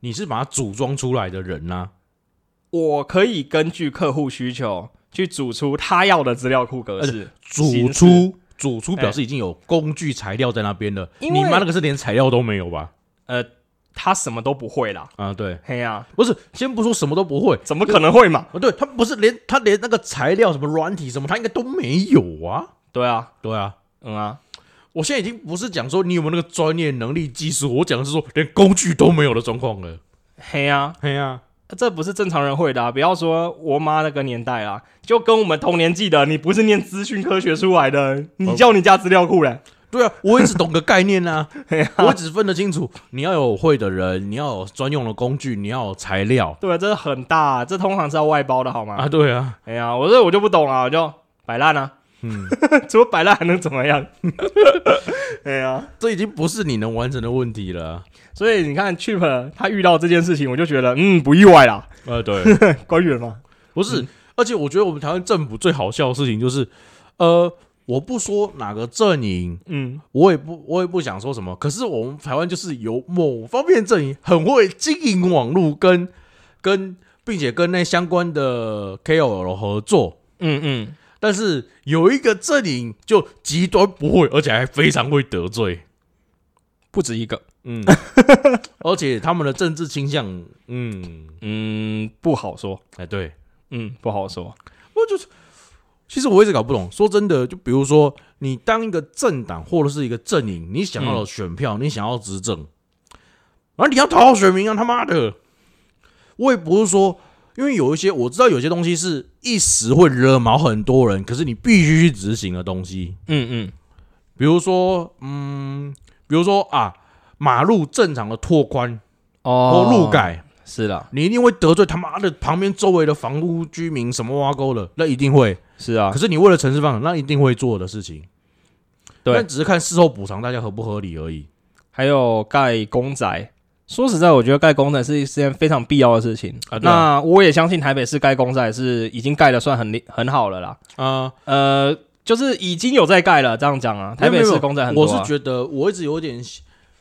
你是把它组装出来的人啊呐、
我可以根据客户需求去组出他要的资料库格式。
煮
形
出煮出表示已经有工具材料在那边了，
因
你
为
妈那个是连材料都没有吧？
呃，他什么都不会啦。
啊，对，
嘿呀、
不是，先不说什么都不会，
怎么可能会嘛？
啊，对他不是连他连那个材料什么软体什么，他应该都没有啊。
对啊，
对啊，
嗯啊，
我现在已经不是讲说你有没有那个专业能力技术，我讲的是说连工具都没有的状况了。
嘿呀、
对呀、
这不是正常人会的、啊。不要说我妈那个年代啦，就跟我们同年纪的，你不是念资讯科学出来的，你叫你加资料库嘞？
对啊，我也只懂个概念啊，
嘿呀、
我也只分得清楚，你要有会的人，你要有专用的工具，你要有材料
对啊，这很大、这通常是要外包的好吗？
啊。对啊，
哎呀，我这我就不懂啊，我就摆烂啊。
嗯，
<laughs> 除了摆烂还能怎么样？ <laughs> 哎呀，
这已经不是你能完成的问题了啊。
所以你看 Chip 他遇到这件事情，我就觉得嗯不意外啦，
呃，对，
官员嘛，
不是，而且我觉得我们台湾政府最好笑的事情就是，呃，我不说哪个阵营，
嗯，
我也不我也不想说什么，可是我们台湾就是有某方面阵营很会经营网络跟跟，并且跟那相关的 KOL 合作。
嗯嗯，
但是有一个阵营就极端不会，而且还非常会得罪，
不止一个，
嗯， <laughs> 而且他们的政治倾向，嗯，
嗯，不好说，
哎，对，
嗯，不好说，
我就是，其实我一直搞不懂。说真的，就比如说，你当一个政党或者是一个阵营，你想要的选票，你想要执政，然后你要讨好选民啊，他妈的！我也不是说，因为有一些我知道有些东西是一时会惹毛很多人，可是你必须去执行的东西。
嗯嗯
比如说，嗯，比如说啊，马路正常的拓宽或
哦
路改，
是啦，
你一定会得罪他妈的旁边周围的房屋居民什么挖沟的，那一定会。
是啊
可，是你为了城市发展，那一定会做的事情，
对
但只是看事后补偿大家合不合理而已。
还有盖公宅。说实在，我觉得盖公宅是一件非常必要的事情。
啊对啊
那我也相信台北市盖公宅是已经盖的算很厉很好了啦。
啊、
呃，就是已经有在盖了，这样讲啊，台北市公仔很多、
我
啊。
是觉得我一直有点，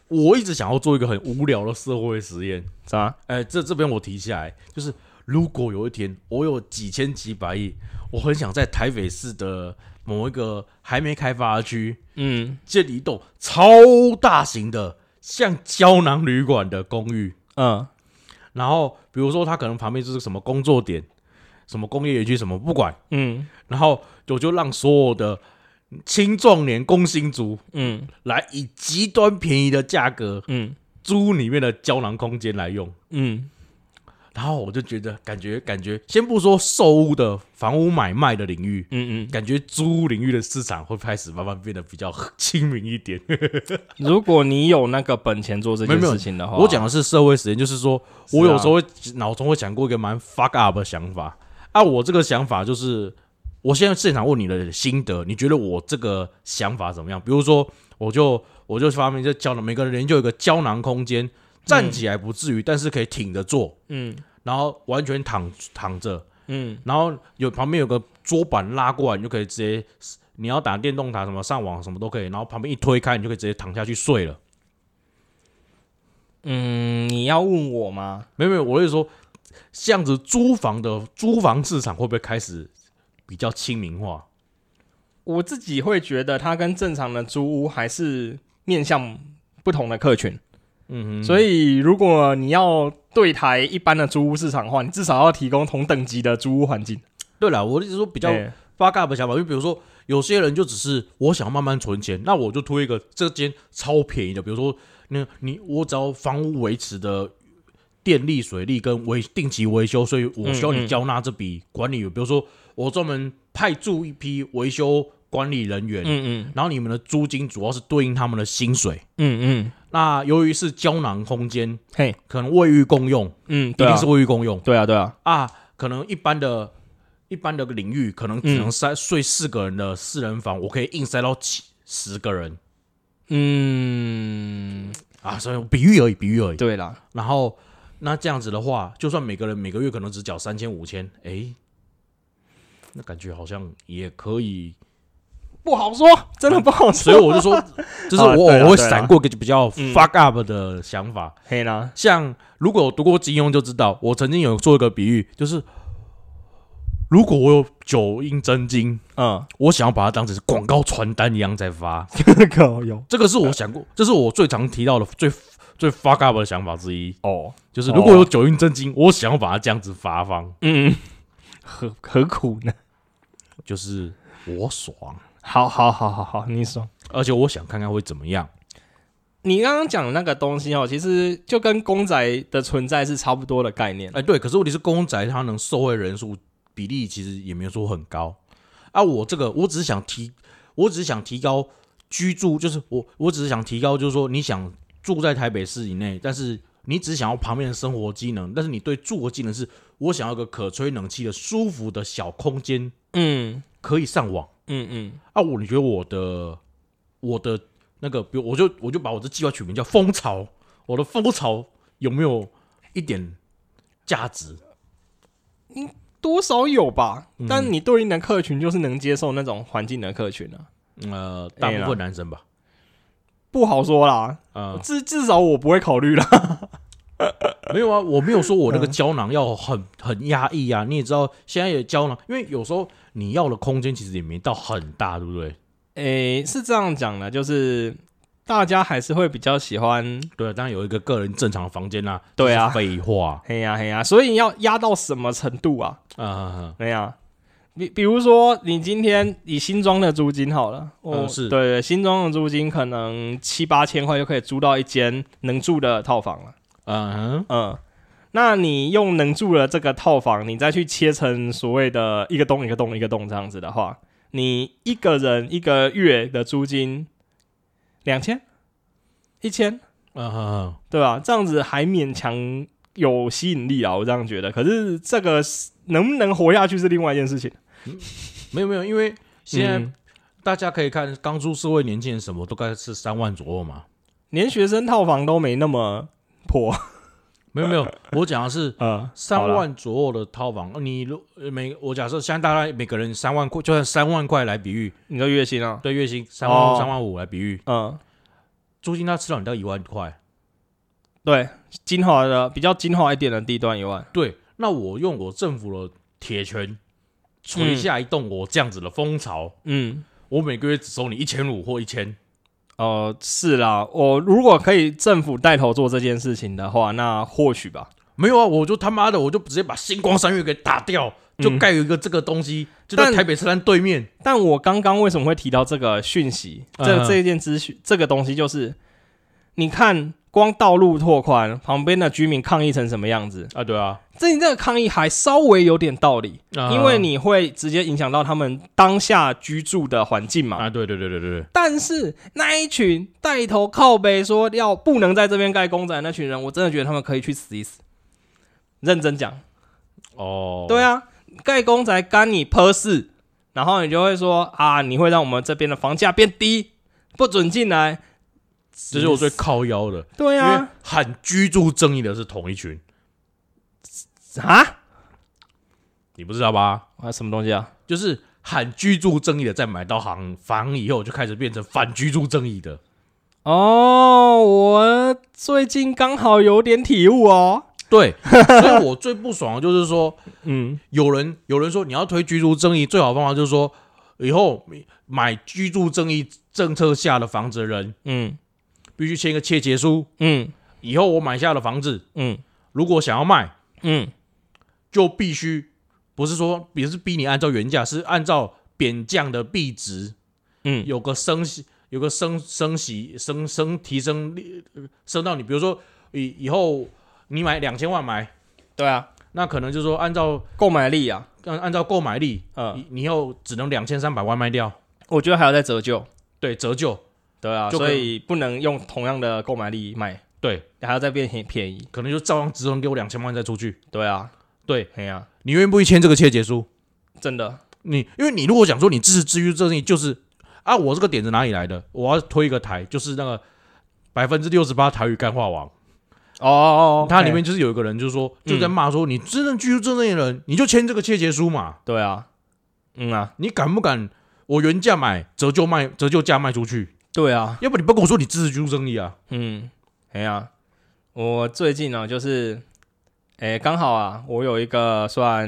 我一直想要做一个很无聊的社会实验。
啥？
哎、这这边我提起来，就是如果有一天我有几千几百亿，我很想在台北市的某一个还没开发的区
嗯
建立一栋超大型的，像胶囊旅馆的公寓。
嗯
然后比如说它可能旁边就是什么工作点、什么工业园区什么不管，
嗯
然后我就让所有的青壮年工薪族
嗯
来以极端便宜的价格
嗯
租里面的胶囊空间来用。
嗯
然后我就觉得，感觉感觉，先不说售屋的房屋买卖的领域，
嗯嗯。
感觉租屋领域的市场会开始慢慢变得比较亲民一点。
如果你有那个本钱做这件
没有没有
事情的话，
我讲的是社会实验，就是说
哦是啊
我有时候会脑中会想过一个蛮 fuck up 的想法。啊，我这个想法就是，我现在现场问你的心得，你觉得我这个想法怎么样？比如说，我就我就发明这胶囊，每个人就有一个胶囊空间，站起来不至于，但是可以挺着坐，
嗯
然后完全躺躺着，
嗯
然后有旁边有个桌板拉过来，你就可以直接，你要打电动打什么上网什么都可以，然后旁边一推开，你就可以直接躺下去睡了。
嗯，你要问我吗？
没有没有，我是说，这样子租房的租房市场会不会开始比较亲民化？
我自己会觉得它跟正常的租屋还是面向不同的客群，
嗯哼，
所以如果你要对台一般的租屋市场的话，你至少要提供同等级的租屋环境，
对了，我的意思说比
比
较八嘎的想法，就比如说有些人就只是我想慢慢存钱，那我就推一个这间超便宜的，比如说那你我只要房屋维持的。电力、水利跟维定期维修，所以我需要
嗯
你
嗯
交纳这笔管理费。比如说，我专门派驻一批维修管理人员，
嗯嗯
然后你们的租金主要是对应他们的薪水。
嗯嗯，
那由于是胶囊空间，
嘿，
可能卫浴共用，
嗯，
一
对啊
定是，卫浴共用
对啊对啊，
啊可能一般的、一般的领域，可能只能塞、睡四个人的四人房，我可以硬塞到七十个人
嗯，
啊，所以我比喻而已，比喻而已。
对啦，
然后那这样子的话，就算每个人每个月可能只缴三千、五千，哎，那感觉好像也可 <laughs> 以。
不好说，真的不好
所
说。
以我就说，就是
啊
我
对啦
我会
对啦
闪过一个比较
嗯
fuck up 的想法。
嘿啦，
像如果有读过金庸就知道，我曾经有做一个比喻，就是如果我有九阴真经，
<laughs> 嗯，
我想要把它当成是广告传单一样在发， <laughs>
可有
这个是我想过，这是我最常提到的最最 fuck up 的想法之一，
哦，
就是如果有九阴真经，我想要把它这样子发放，
嗯，何何苦呢？
就是我爽，
好好好好好，你说。
而且我想看看会怎么样。
你刚刚讲的那个东西哦，其实就跟公仔的存在是差不多的概念。
哎，对，可是问题是公仔它能受惠人数比例其实也没有说很高啊。我这个我只是想提，我只是想提高居住，就是我我只是想提高，就是说你想住在台北市以内，但是你只想要旁边的生活机能，但是你对住的技能是，我想要一个可吹冷气的舒服的小空间，
嗯
可以上网
嗯嗯，
啊。我你觉得我的我的那个，比如我就我就把我的计划取名叫“蜂巢”，我的蜂巢有没有一点价值？
多少有吧，但你对应的客群就是能接受那种环境的客群啊，
呃，大部分男生吧，
不好说啦。
呃，
至至少我不会考虑啦。
没有啊，我没有说我那
嗯
个胶囊要很很压抑啊。你也知道，现在也胶囊，因为有时候你要的空间其实也没到很大，对不对？
<laughs> 诶、是这样讲的，就是大家还是会比较喜欢，
对啊，当然有一个个人正常的房间啦、
对啊
这是废
<laughs>
话
嘿呀、嘿呀、所以要压到什么程度啊？
啊、呃
对呀、比比如说你今天以新庄的租金好了，哦、
嗯是
对对，新庄的租金可能七八千块就可以租到一间能住的套房了，
嗯哼，
嗯。那你用能住的这个套房，你再去切成所谓的一个洞一个洞一个洞这样子的话，你一个人一个月的租金两千、一千，
嗯哼，
对吧？这样子还勉强有吸引力啊，我这样觉得。可是这个是能不能活下去是另外一件事情。
没有没有，因为现在
嗯
大家可以看刚出社会年轻人什么都该是三万左右嘛。
连学生套房都没那么破，
没有
<laughs>
没有，我讲的是
呃，
三
好啦，
万左右的套房，你如呃每我假设现在大概每个人三万块，就算三万块来比喻，
你说月薪啊？
对月薪三万
哦
三万五来比喻，
嗯，
租金他吃到你到一万块。
对，精华啊的比较精华一点的地段以外，
对，那我用我政府的铁拳垂下一栋我这样子的风潮，
嗯，
我每个月只收你一千五或一千。
哦，是啦，我如果可以政府带头做这件事情的话，那或许吧。
没有啊，我就他妈的，我就直接把星光三月给打掉，就
嗯
盖有一个这个东西，就
但
在台北车站对面。
但我刚刚为什么会提到这个讯息？这
嗯
这一件资讯，这个东西就是，你看光道路拓宽，旁边的居民抗议成什么样子？
啊，对啊，
这这个抗议还稍微有点道理，
啊
因为你会直接影响到他们当下居住的环境嘛。
啊，对对对对对对，
但是那一群带头靠背说要不能在这边盖公仔的那群人，我真的觉得他们可以去死一死。认真讲，
哦，
对啊，盖公仔干你泼事，然后你就会说啊，你会让我们这边的房价变低，不准进来。
这是我最靠腰的，
对
因为
啊，
喊居住正义的是同一群，
啊
你不知道吧？
啊什么东西啊？
就是喊居住正义的，在买到房房以后，就开始变成反居住正义的。
哦，我最近刚好有点体悟哦。
对，所以我最不爽的就是说，
嗯，
有人有人说你要推居住正义，最好的方法就是说，以后买居住正义政策下的房子的人
嗯
必须签一个切结书。
嗯
以后我买下的房子，
嗯
如果想要卖，
嗯
就必须不是说也是逼你按照原价，是按照贬降的币值
嗯
有个升息，有个升升息升升提升率呃升到你，比如说以以后你买两千万买，
对啊，
那可能就是说按照
购买力啊，
按按照购买力，
嗯，
你你以后只能两千三百万卖掉，
我觉得还要再折旧。
对，折旧，
对啊，
就
所
可
以不能用同样的购买力买，
对，
还要再变便便宜。
可能就照样只能给我两千万再出去，
对啊，
对
哎呀、
你愿不愿意签这个切结书？
真的，
你因为你如果讲说你支持治愈正义，就是啊，我这个点子哪里来的？我要推一个台，就是那个百分之六十八台语干话王，
哦哦哦，
它里
嘿
面就是有一个人就是
嗯
说就在骂说、你真正居住正义的人，你就签这个切结书嘛，
对啊，嗯啊，
你敢不敢？我原价买，折旧卖，折旧价卖出去，
对啊，
要不你不跟我说你支持居住正义啊？
嗯，哎呀、我最近啊，就是，哎、刚好啊，我有一个算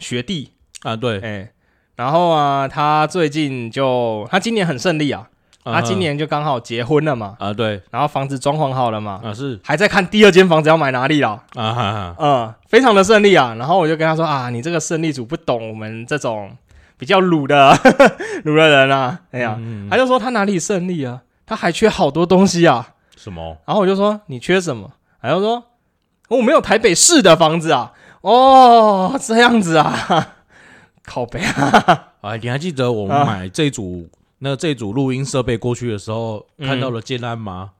学弟，
啊，对
哎、，然后啊，他最近就他今年很顺利啊，
啊
他今年就刚好结婚了嘛，
啊，对，
然后房子装潢好了嘛，
啊是
还在看第二间房子要买哪里了。
啊哈哈，
嗯，非常的顺利啊。然后我就跟他说啊，你这个胜利组不懂我们这种比较鲁的 <laughs> 鲁的人啊，哎呀、
嗯
他就说他哪里胜利啊，他还缺好多东西啊。
什么？
然后我就说你缺什么？他就说我没有台北市的房子啊。哦，这样子啊， <laughs> 靠北啊，
啊，你还记得我们
啊
买这组、那这组录音设备过去的时候，
嗯
看到了建安吗？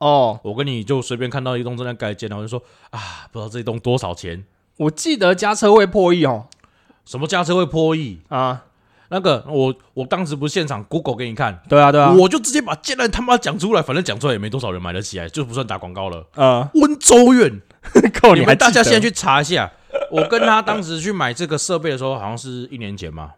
哦，
我跟你就随便看到一栋正在改建，然后就说啊，不知道这一栋多少钱，
我记得加车位破亿哦，
什么价车会破亿？
啊，
那个我我当时不是现场 Google 给你看，
对啊，对啊，
我就直接把建案他妈讲出来，反正讲出来也没多少人买得起啊来，就不算打广告了。
呃，
<laughs> 温州苑，
靠，
你
还
们大家
记
现在
得
去查一下。我跟他当时去买这个设备的时候，好像是一年前嘛，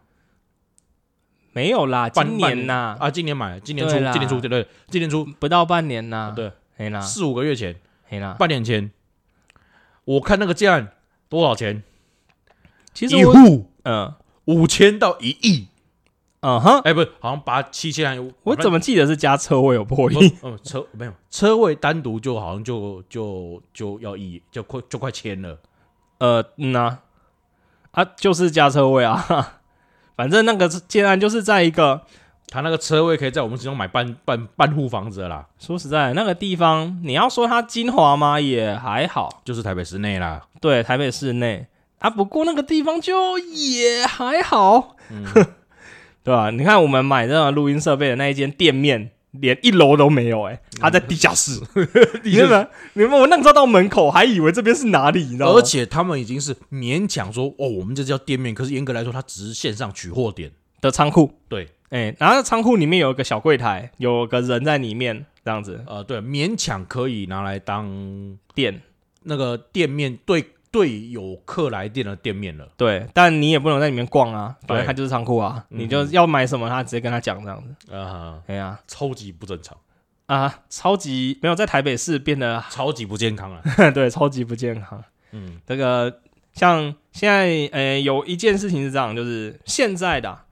没有啦？
半
今
半
年呐、
啊，今年买，今年初，
对啦啊
今年初，对对，今年初，
不到半年呐、
对，
嘿啦，
四五个月前，
嘿啦。
半年前，我看那个建案多少钱，
其实
一
我，
户
嗯
五千到一亿，
嗯哼，
哎、不是，好像八七千还有，
我怎
么
么记得是加车位有破
不
亿？
嗯车没有车位单独就好像就就就要一就快就快签了，
<laughs> 呃，嗯啊，啊，就是加车位啊， <laughs> 哈哈反正那个建案就是在一个，
他那个车位可以在我们其中买半半半户房子了啦，
说实在，那个地方你要说它精华吗，也还好，
就是台北市内啦，
对，台北市内啊，不过那个地方就也还好，
嗯
<laughs> 对吧、你看我们买这个录音设备的那一间店面。连一楼都没有哎、欸，它在地下 <laughs> 室。你有没有？你们我那个时候到门口还以为这边是哪里，你知道吗？
而且他们已经是勉强说哦，我们这叫店面，可是严格来说，它只是线上取货点，
的仓库，
对，
哎、然后仓库里面有一个小柜台，有个人在里面这样子
呃，对，勉强可以拿来当
店，
那个店面对对有客来店的店面了，
对，但你也不能在里面逛啊，反
对
正它就是仓库啊，
嗯
你就要买什么，他直接跟他讲这样子，
啊、
哎呀
超级不正常，
啊，超级没有在台北市变得， <laughs>
<laughs> 超级不健康啊，
对，超级不健康，
嗯，
这个。像现在，呃，有一件事情是这样，就是现在的啊，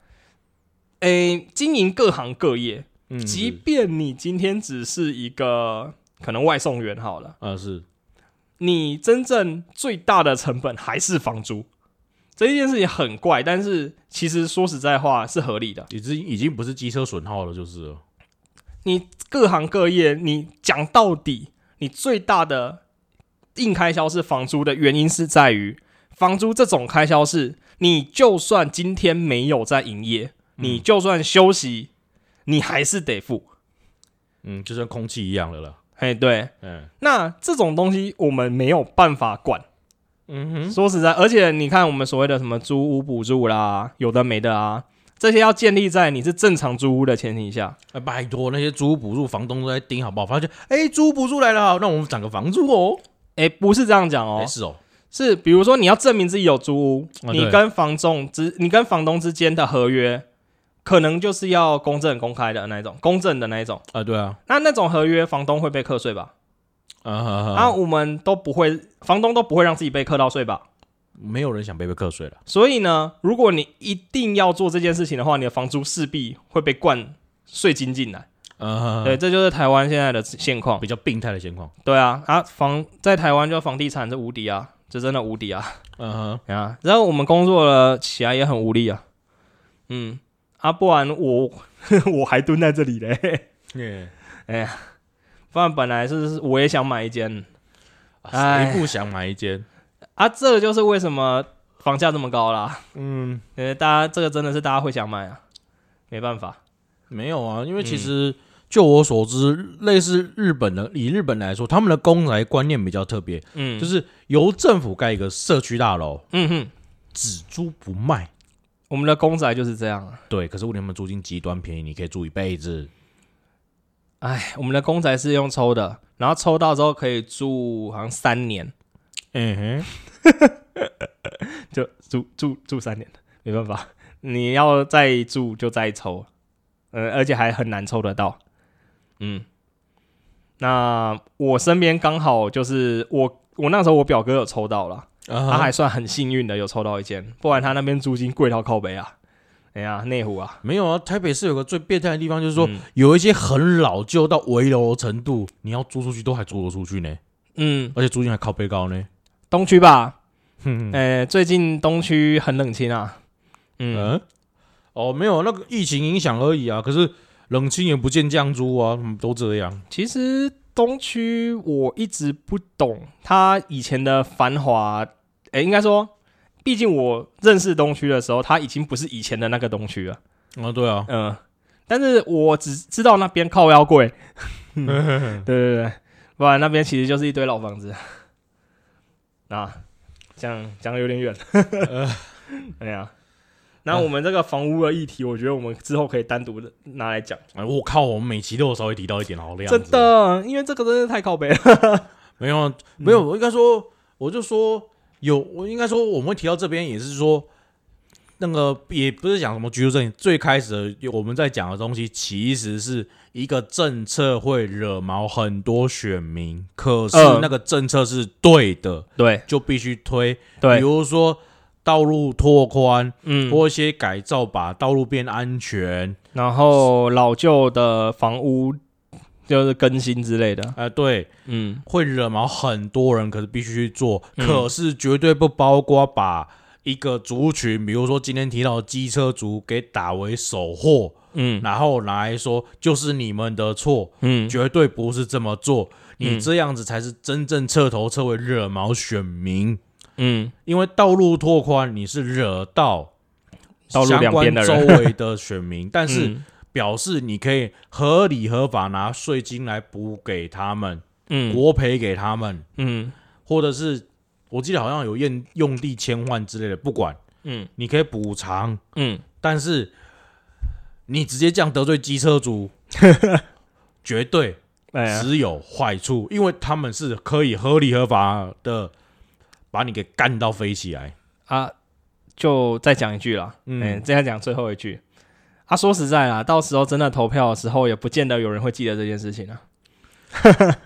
呃，经营各行各业，
嗯，
即
是
便你今天只是一个可能外送员好了，
啊是，
你真正最大的成本还是房租。这一件事情很怪，但是其实说实在话是合理的。
已经已经不是机车损耗了，就是了
你各行各业，你讲到底，你最大的硬开销是房租的原因是在于，房租这种开销是，你就算今天没有在营业，你就算休息，你还是得付。
嗯，就像空气一样了啦，
哎，对，
嗯
那这种东西我们没有办法管。
嗯哼，
说实在，而且你看我们所谓的什么租屋补助啦，有的没的啊，这些要建立在你是正常租屋的前提下。
哎拜托那些租屋补助房东都在盯好不好？发现哎租屋补助来了，那我们涨个房租哦，
哎，不是这样讲哦
哎，是哦，
是，比如说你要证明自己有租屋，
啊
你
对
跟房仲之，你跟房东之间的合约，可能就是要公证、公开的那一种，公证的那一种。
啊对啊，
那那种合约，房东会被课税吧？
啊哈哈
啊，我们都不会，房东都不会让自己被课到税吧？
没有人想被被课税了，
所以呢，如果你一定要做这件事情的话，你的房租势必会被灌税金进来。
啊，
对，，这就是台湾现在的现况
比。较病态的情况，
对啊，啊，房在台湾就房地产是无敌啊，这真的无敌啊。
嗯哼，
啊，然后我们工作了起来也很无力啊。嗯，啊，不然我我还蹲在这里嘞。
耶，
不然本来是我也想买一间哎
谁不想买一间？
啊，这个就是为什么房价这么高啦。
嗯，
呃，大家这个真的是大家会想买啊，没办法。
没有啊，因为其实就我所知，类似日本的，以日本来说，他们的公宅观念比较特别，
嗯，
就是是由政府盖一个社区大楼，
嗯哼，
只租不卖。
我们的公仔就是这样啊。
对，可是问题他们租金极端便宜，你可以住一辈子。
哎，我们的公仔是用抽的，然后抽到之后可以住好像三年，
嗯哼，
就住住住三年，没办法，你要再住就再抽，呃，而且还很难抽得到。嗯，那我身边刚好就是我，我那时候我表哥有抽到了，他
啊，
还算很幸运的有抽到一间，不然他那边租金贵到靠北啊，哎呀，内湖啊，
没有啊，台北市有个最变态的地方，就是说、
嗯
有一些很老旧到危楼的程度，你要租出去都还租得出去呢，
嗯，
而且租金还靠背高呢。
东区吧，
哼哼
呃，最近东区很冷清啊，嗯，
嗯，哦，没有那个疫情影响而已啊，可是冷清也不见降租啊，嗯都这样。
其实东区我一直不懂它以前的繁华，诶、应该说，毕竟我认识东区的时候，它已经不是以前的那个东区了。
啊，对啊，
嗯、但是我只知道那边靠腰 <laughs> 贵，对对对，不然那边其实就是一堆老房子。 <laughs> 啊，讲讲的有点远， <laughs> 哎呀。那我们这个房屋的议题，我觉得我们之后可以单独的拿来讲，
哎，我靠，我们每期都有稍微提到一点，好亮。
真的，因为这个真的太靠北了。
没有啊，没
嗯
有，我应该说，我就说有，我应该说我们会提到这边也是说，那个也不是讲什么居住正义，最开始的我们在讲的东西，其实是一个政策会惹毛很多选民，可是
嗯
那个政策是对的，
对
就必须推，比
对，
如说。道路拓宽，
嗯，
或一些改造，把道路变安全。
然后老旧的房屋就是更新之类的，
呃，对，
嗯，
会惹毛很多人，可是必须去做，
嗯
可是绝对不包括把一个族群，比如说今天提到的机车族，给打为首货，
嗯
然后拿来说就是你们的错，
嗯，
绝对不是这么做，
嗯
你这样子才是真正彻头彻尾惹毛选民，
嗯，
因为道路拓宽你是惹到
道路
相
两边
关
的
周
人
围的选
<laughs>
民，但是
嗯
表示你可以合理合法拿税金来补给他们，
嗯
国赔给他们。
嗯
或者是我记得好像有用用地切换之类的，不管
嗯
你可以补偿，
嗯，
但是你直接这样得罪机车
<laughs>
族，绝对
哎呀，
只有坏处，因为他们是可以合理合法的把你给干到飞起来。
啊，就再讲一句啦，
嗯
嗯，再讲最后一句。啊，说实在啦，到时候真的投票的时候，也不见得有人会记得这件事情啊。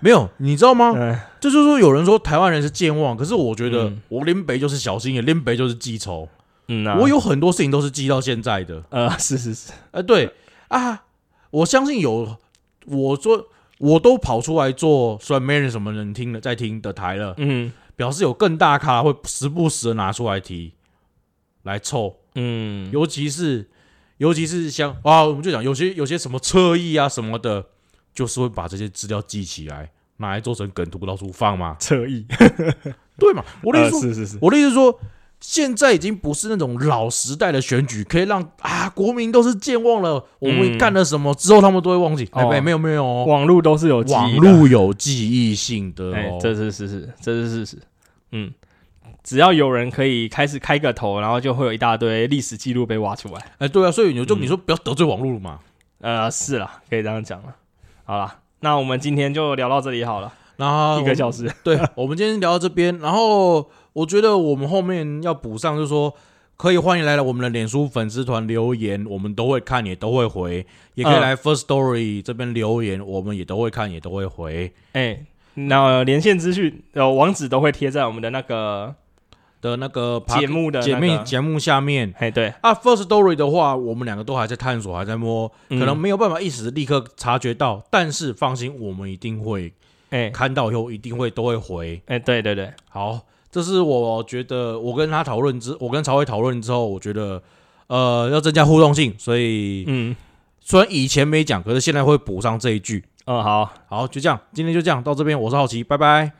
没有，你知道吗？
嗯
这就是说有人说台湾人是健忘，可是我觉得
嗯
我林北就是小心眼，林北就是记仇。
嗯啊，
我有很多事情都是记到现在的。
呃，是是是，
呃，对啊，我相信有我做，我都跑出来做，虽然没人什么人听了在听的台了，
嗯
表示有更大咖会时不时的拿出来提来凑，
嗯，
尤其是尤其是像啊，我们就讲有些有些什么侧翼啊什么的，就是会把这些资料记起来，拿来做成梗图到处放嘛，
侧翼，
对嘛？我的意
呃
思说，
是是是，
我的意思是说，现在已经不是那种老时代的选举，可以让啊国民都是健忘了，我们
嗯
干了什么、之后他们都会忘记。哎、
哦
没有没有哦，
网络都是有记忆的啊
网络有记忆性的
哎、
哦。
这是事实，这是事实。嗯，只要有人可以开始开个头，然后就会有一大堆历史记录被挖出来。
哎、对啊，所以你就、
嗯
你说不要得罪网络了嘛。
呃，是啦，可以这样讲了。好啦，那我们今天就聊到这里好了，
然后
一个小时。
对，我们今天聊到这边，然后我觉得我们后面要补上，就是说可以欢迎来了我们的脸书粉丝团留言，我们都会看，也都会回，也可以
嗯
来 First Story 这边留言，我们也都会看，也都会回
哎、那连线资讯呃网址都会贴在我们的那个
的那个
节目的、那
姐
个
妹节目下面。
哎、对，
啊，First Story 的话，我们两个都还在探索，还在摸，可
嗯
能没有办法一时立刻察觉到，但是放心，我们一定会
哎、
看到以后，一定会都会回。
哎、对对对，
好，这是我觉得我跟他讨论之，我跟曹伟讨论之后，我觉得呃要增加互动性，所以、
嗯
虽然以前没讲，可是现在会补上这一句。
嗯，好，
好，就这样，今天就这样，到这边，我是好奇，拜拜。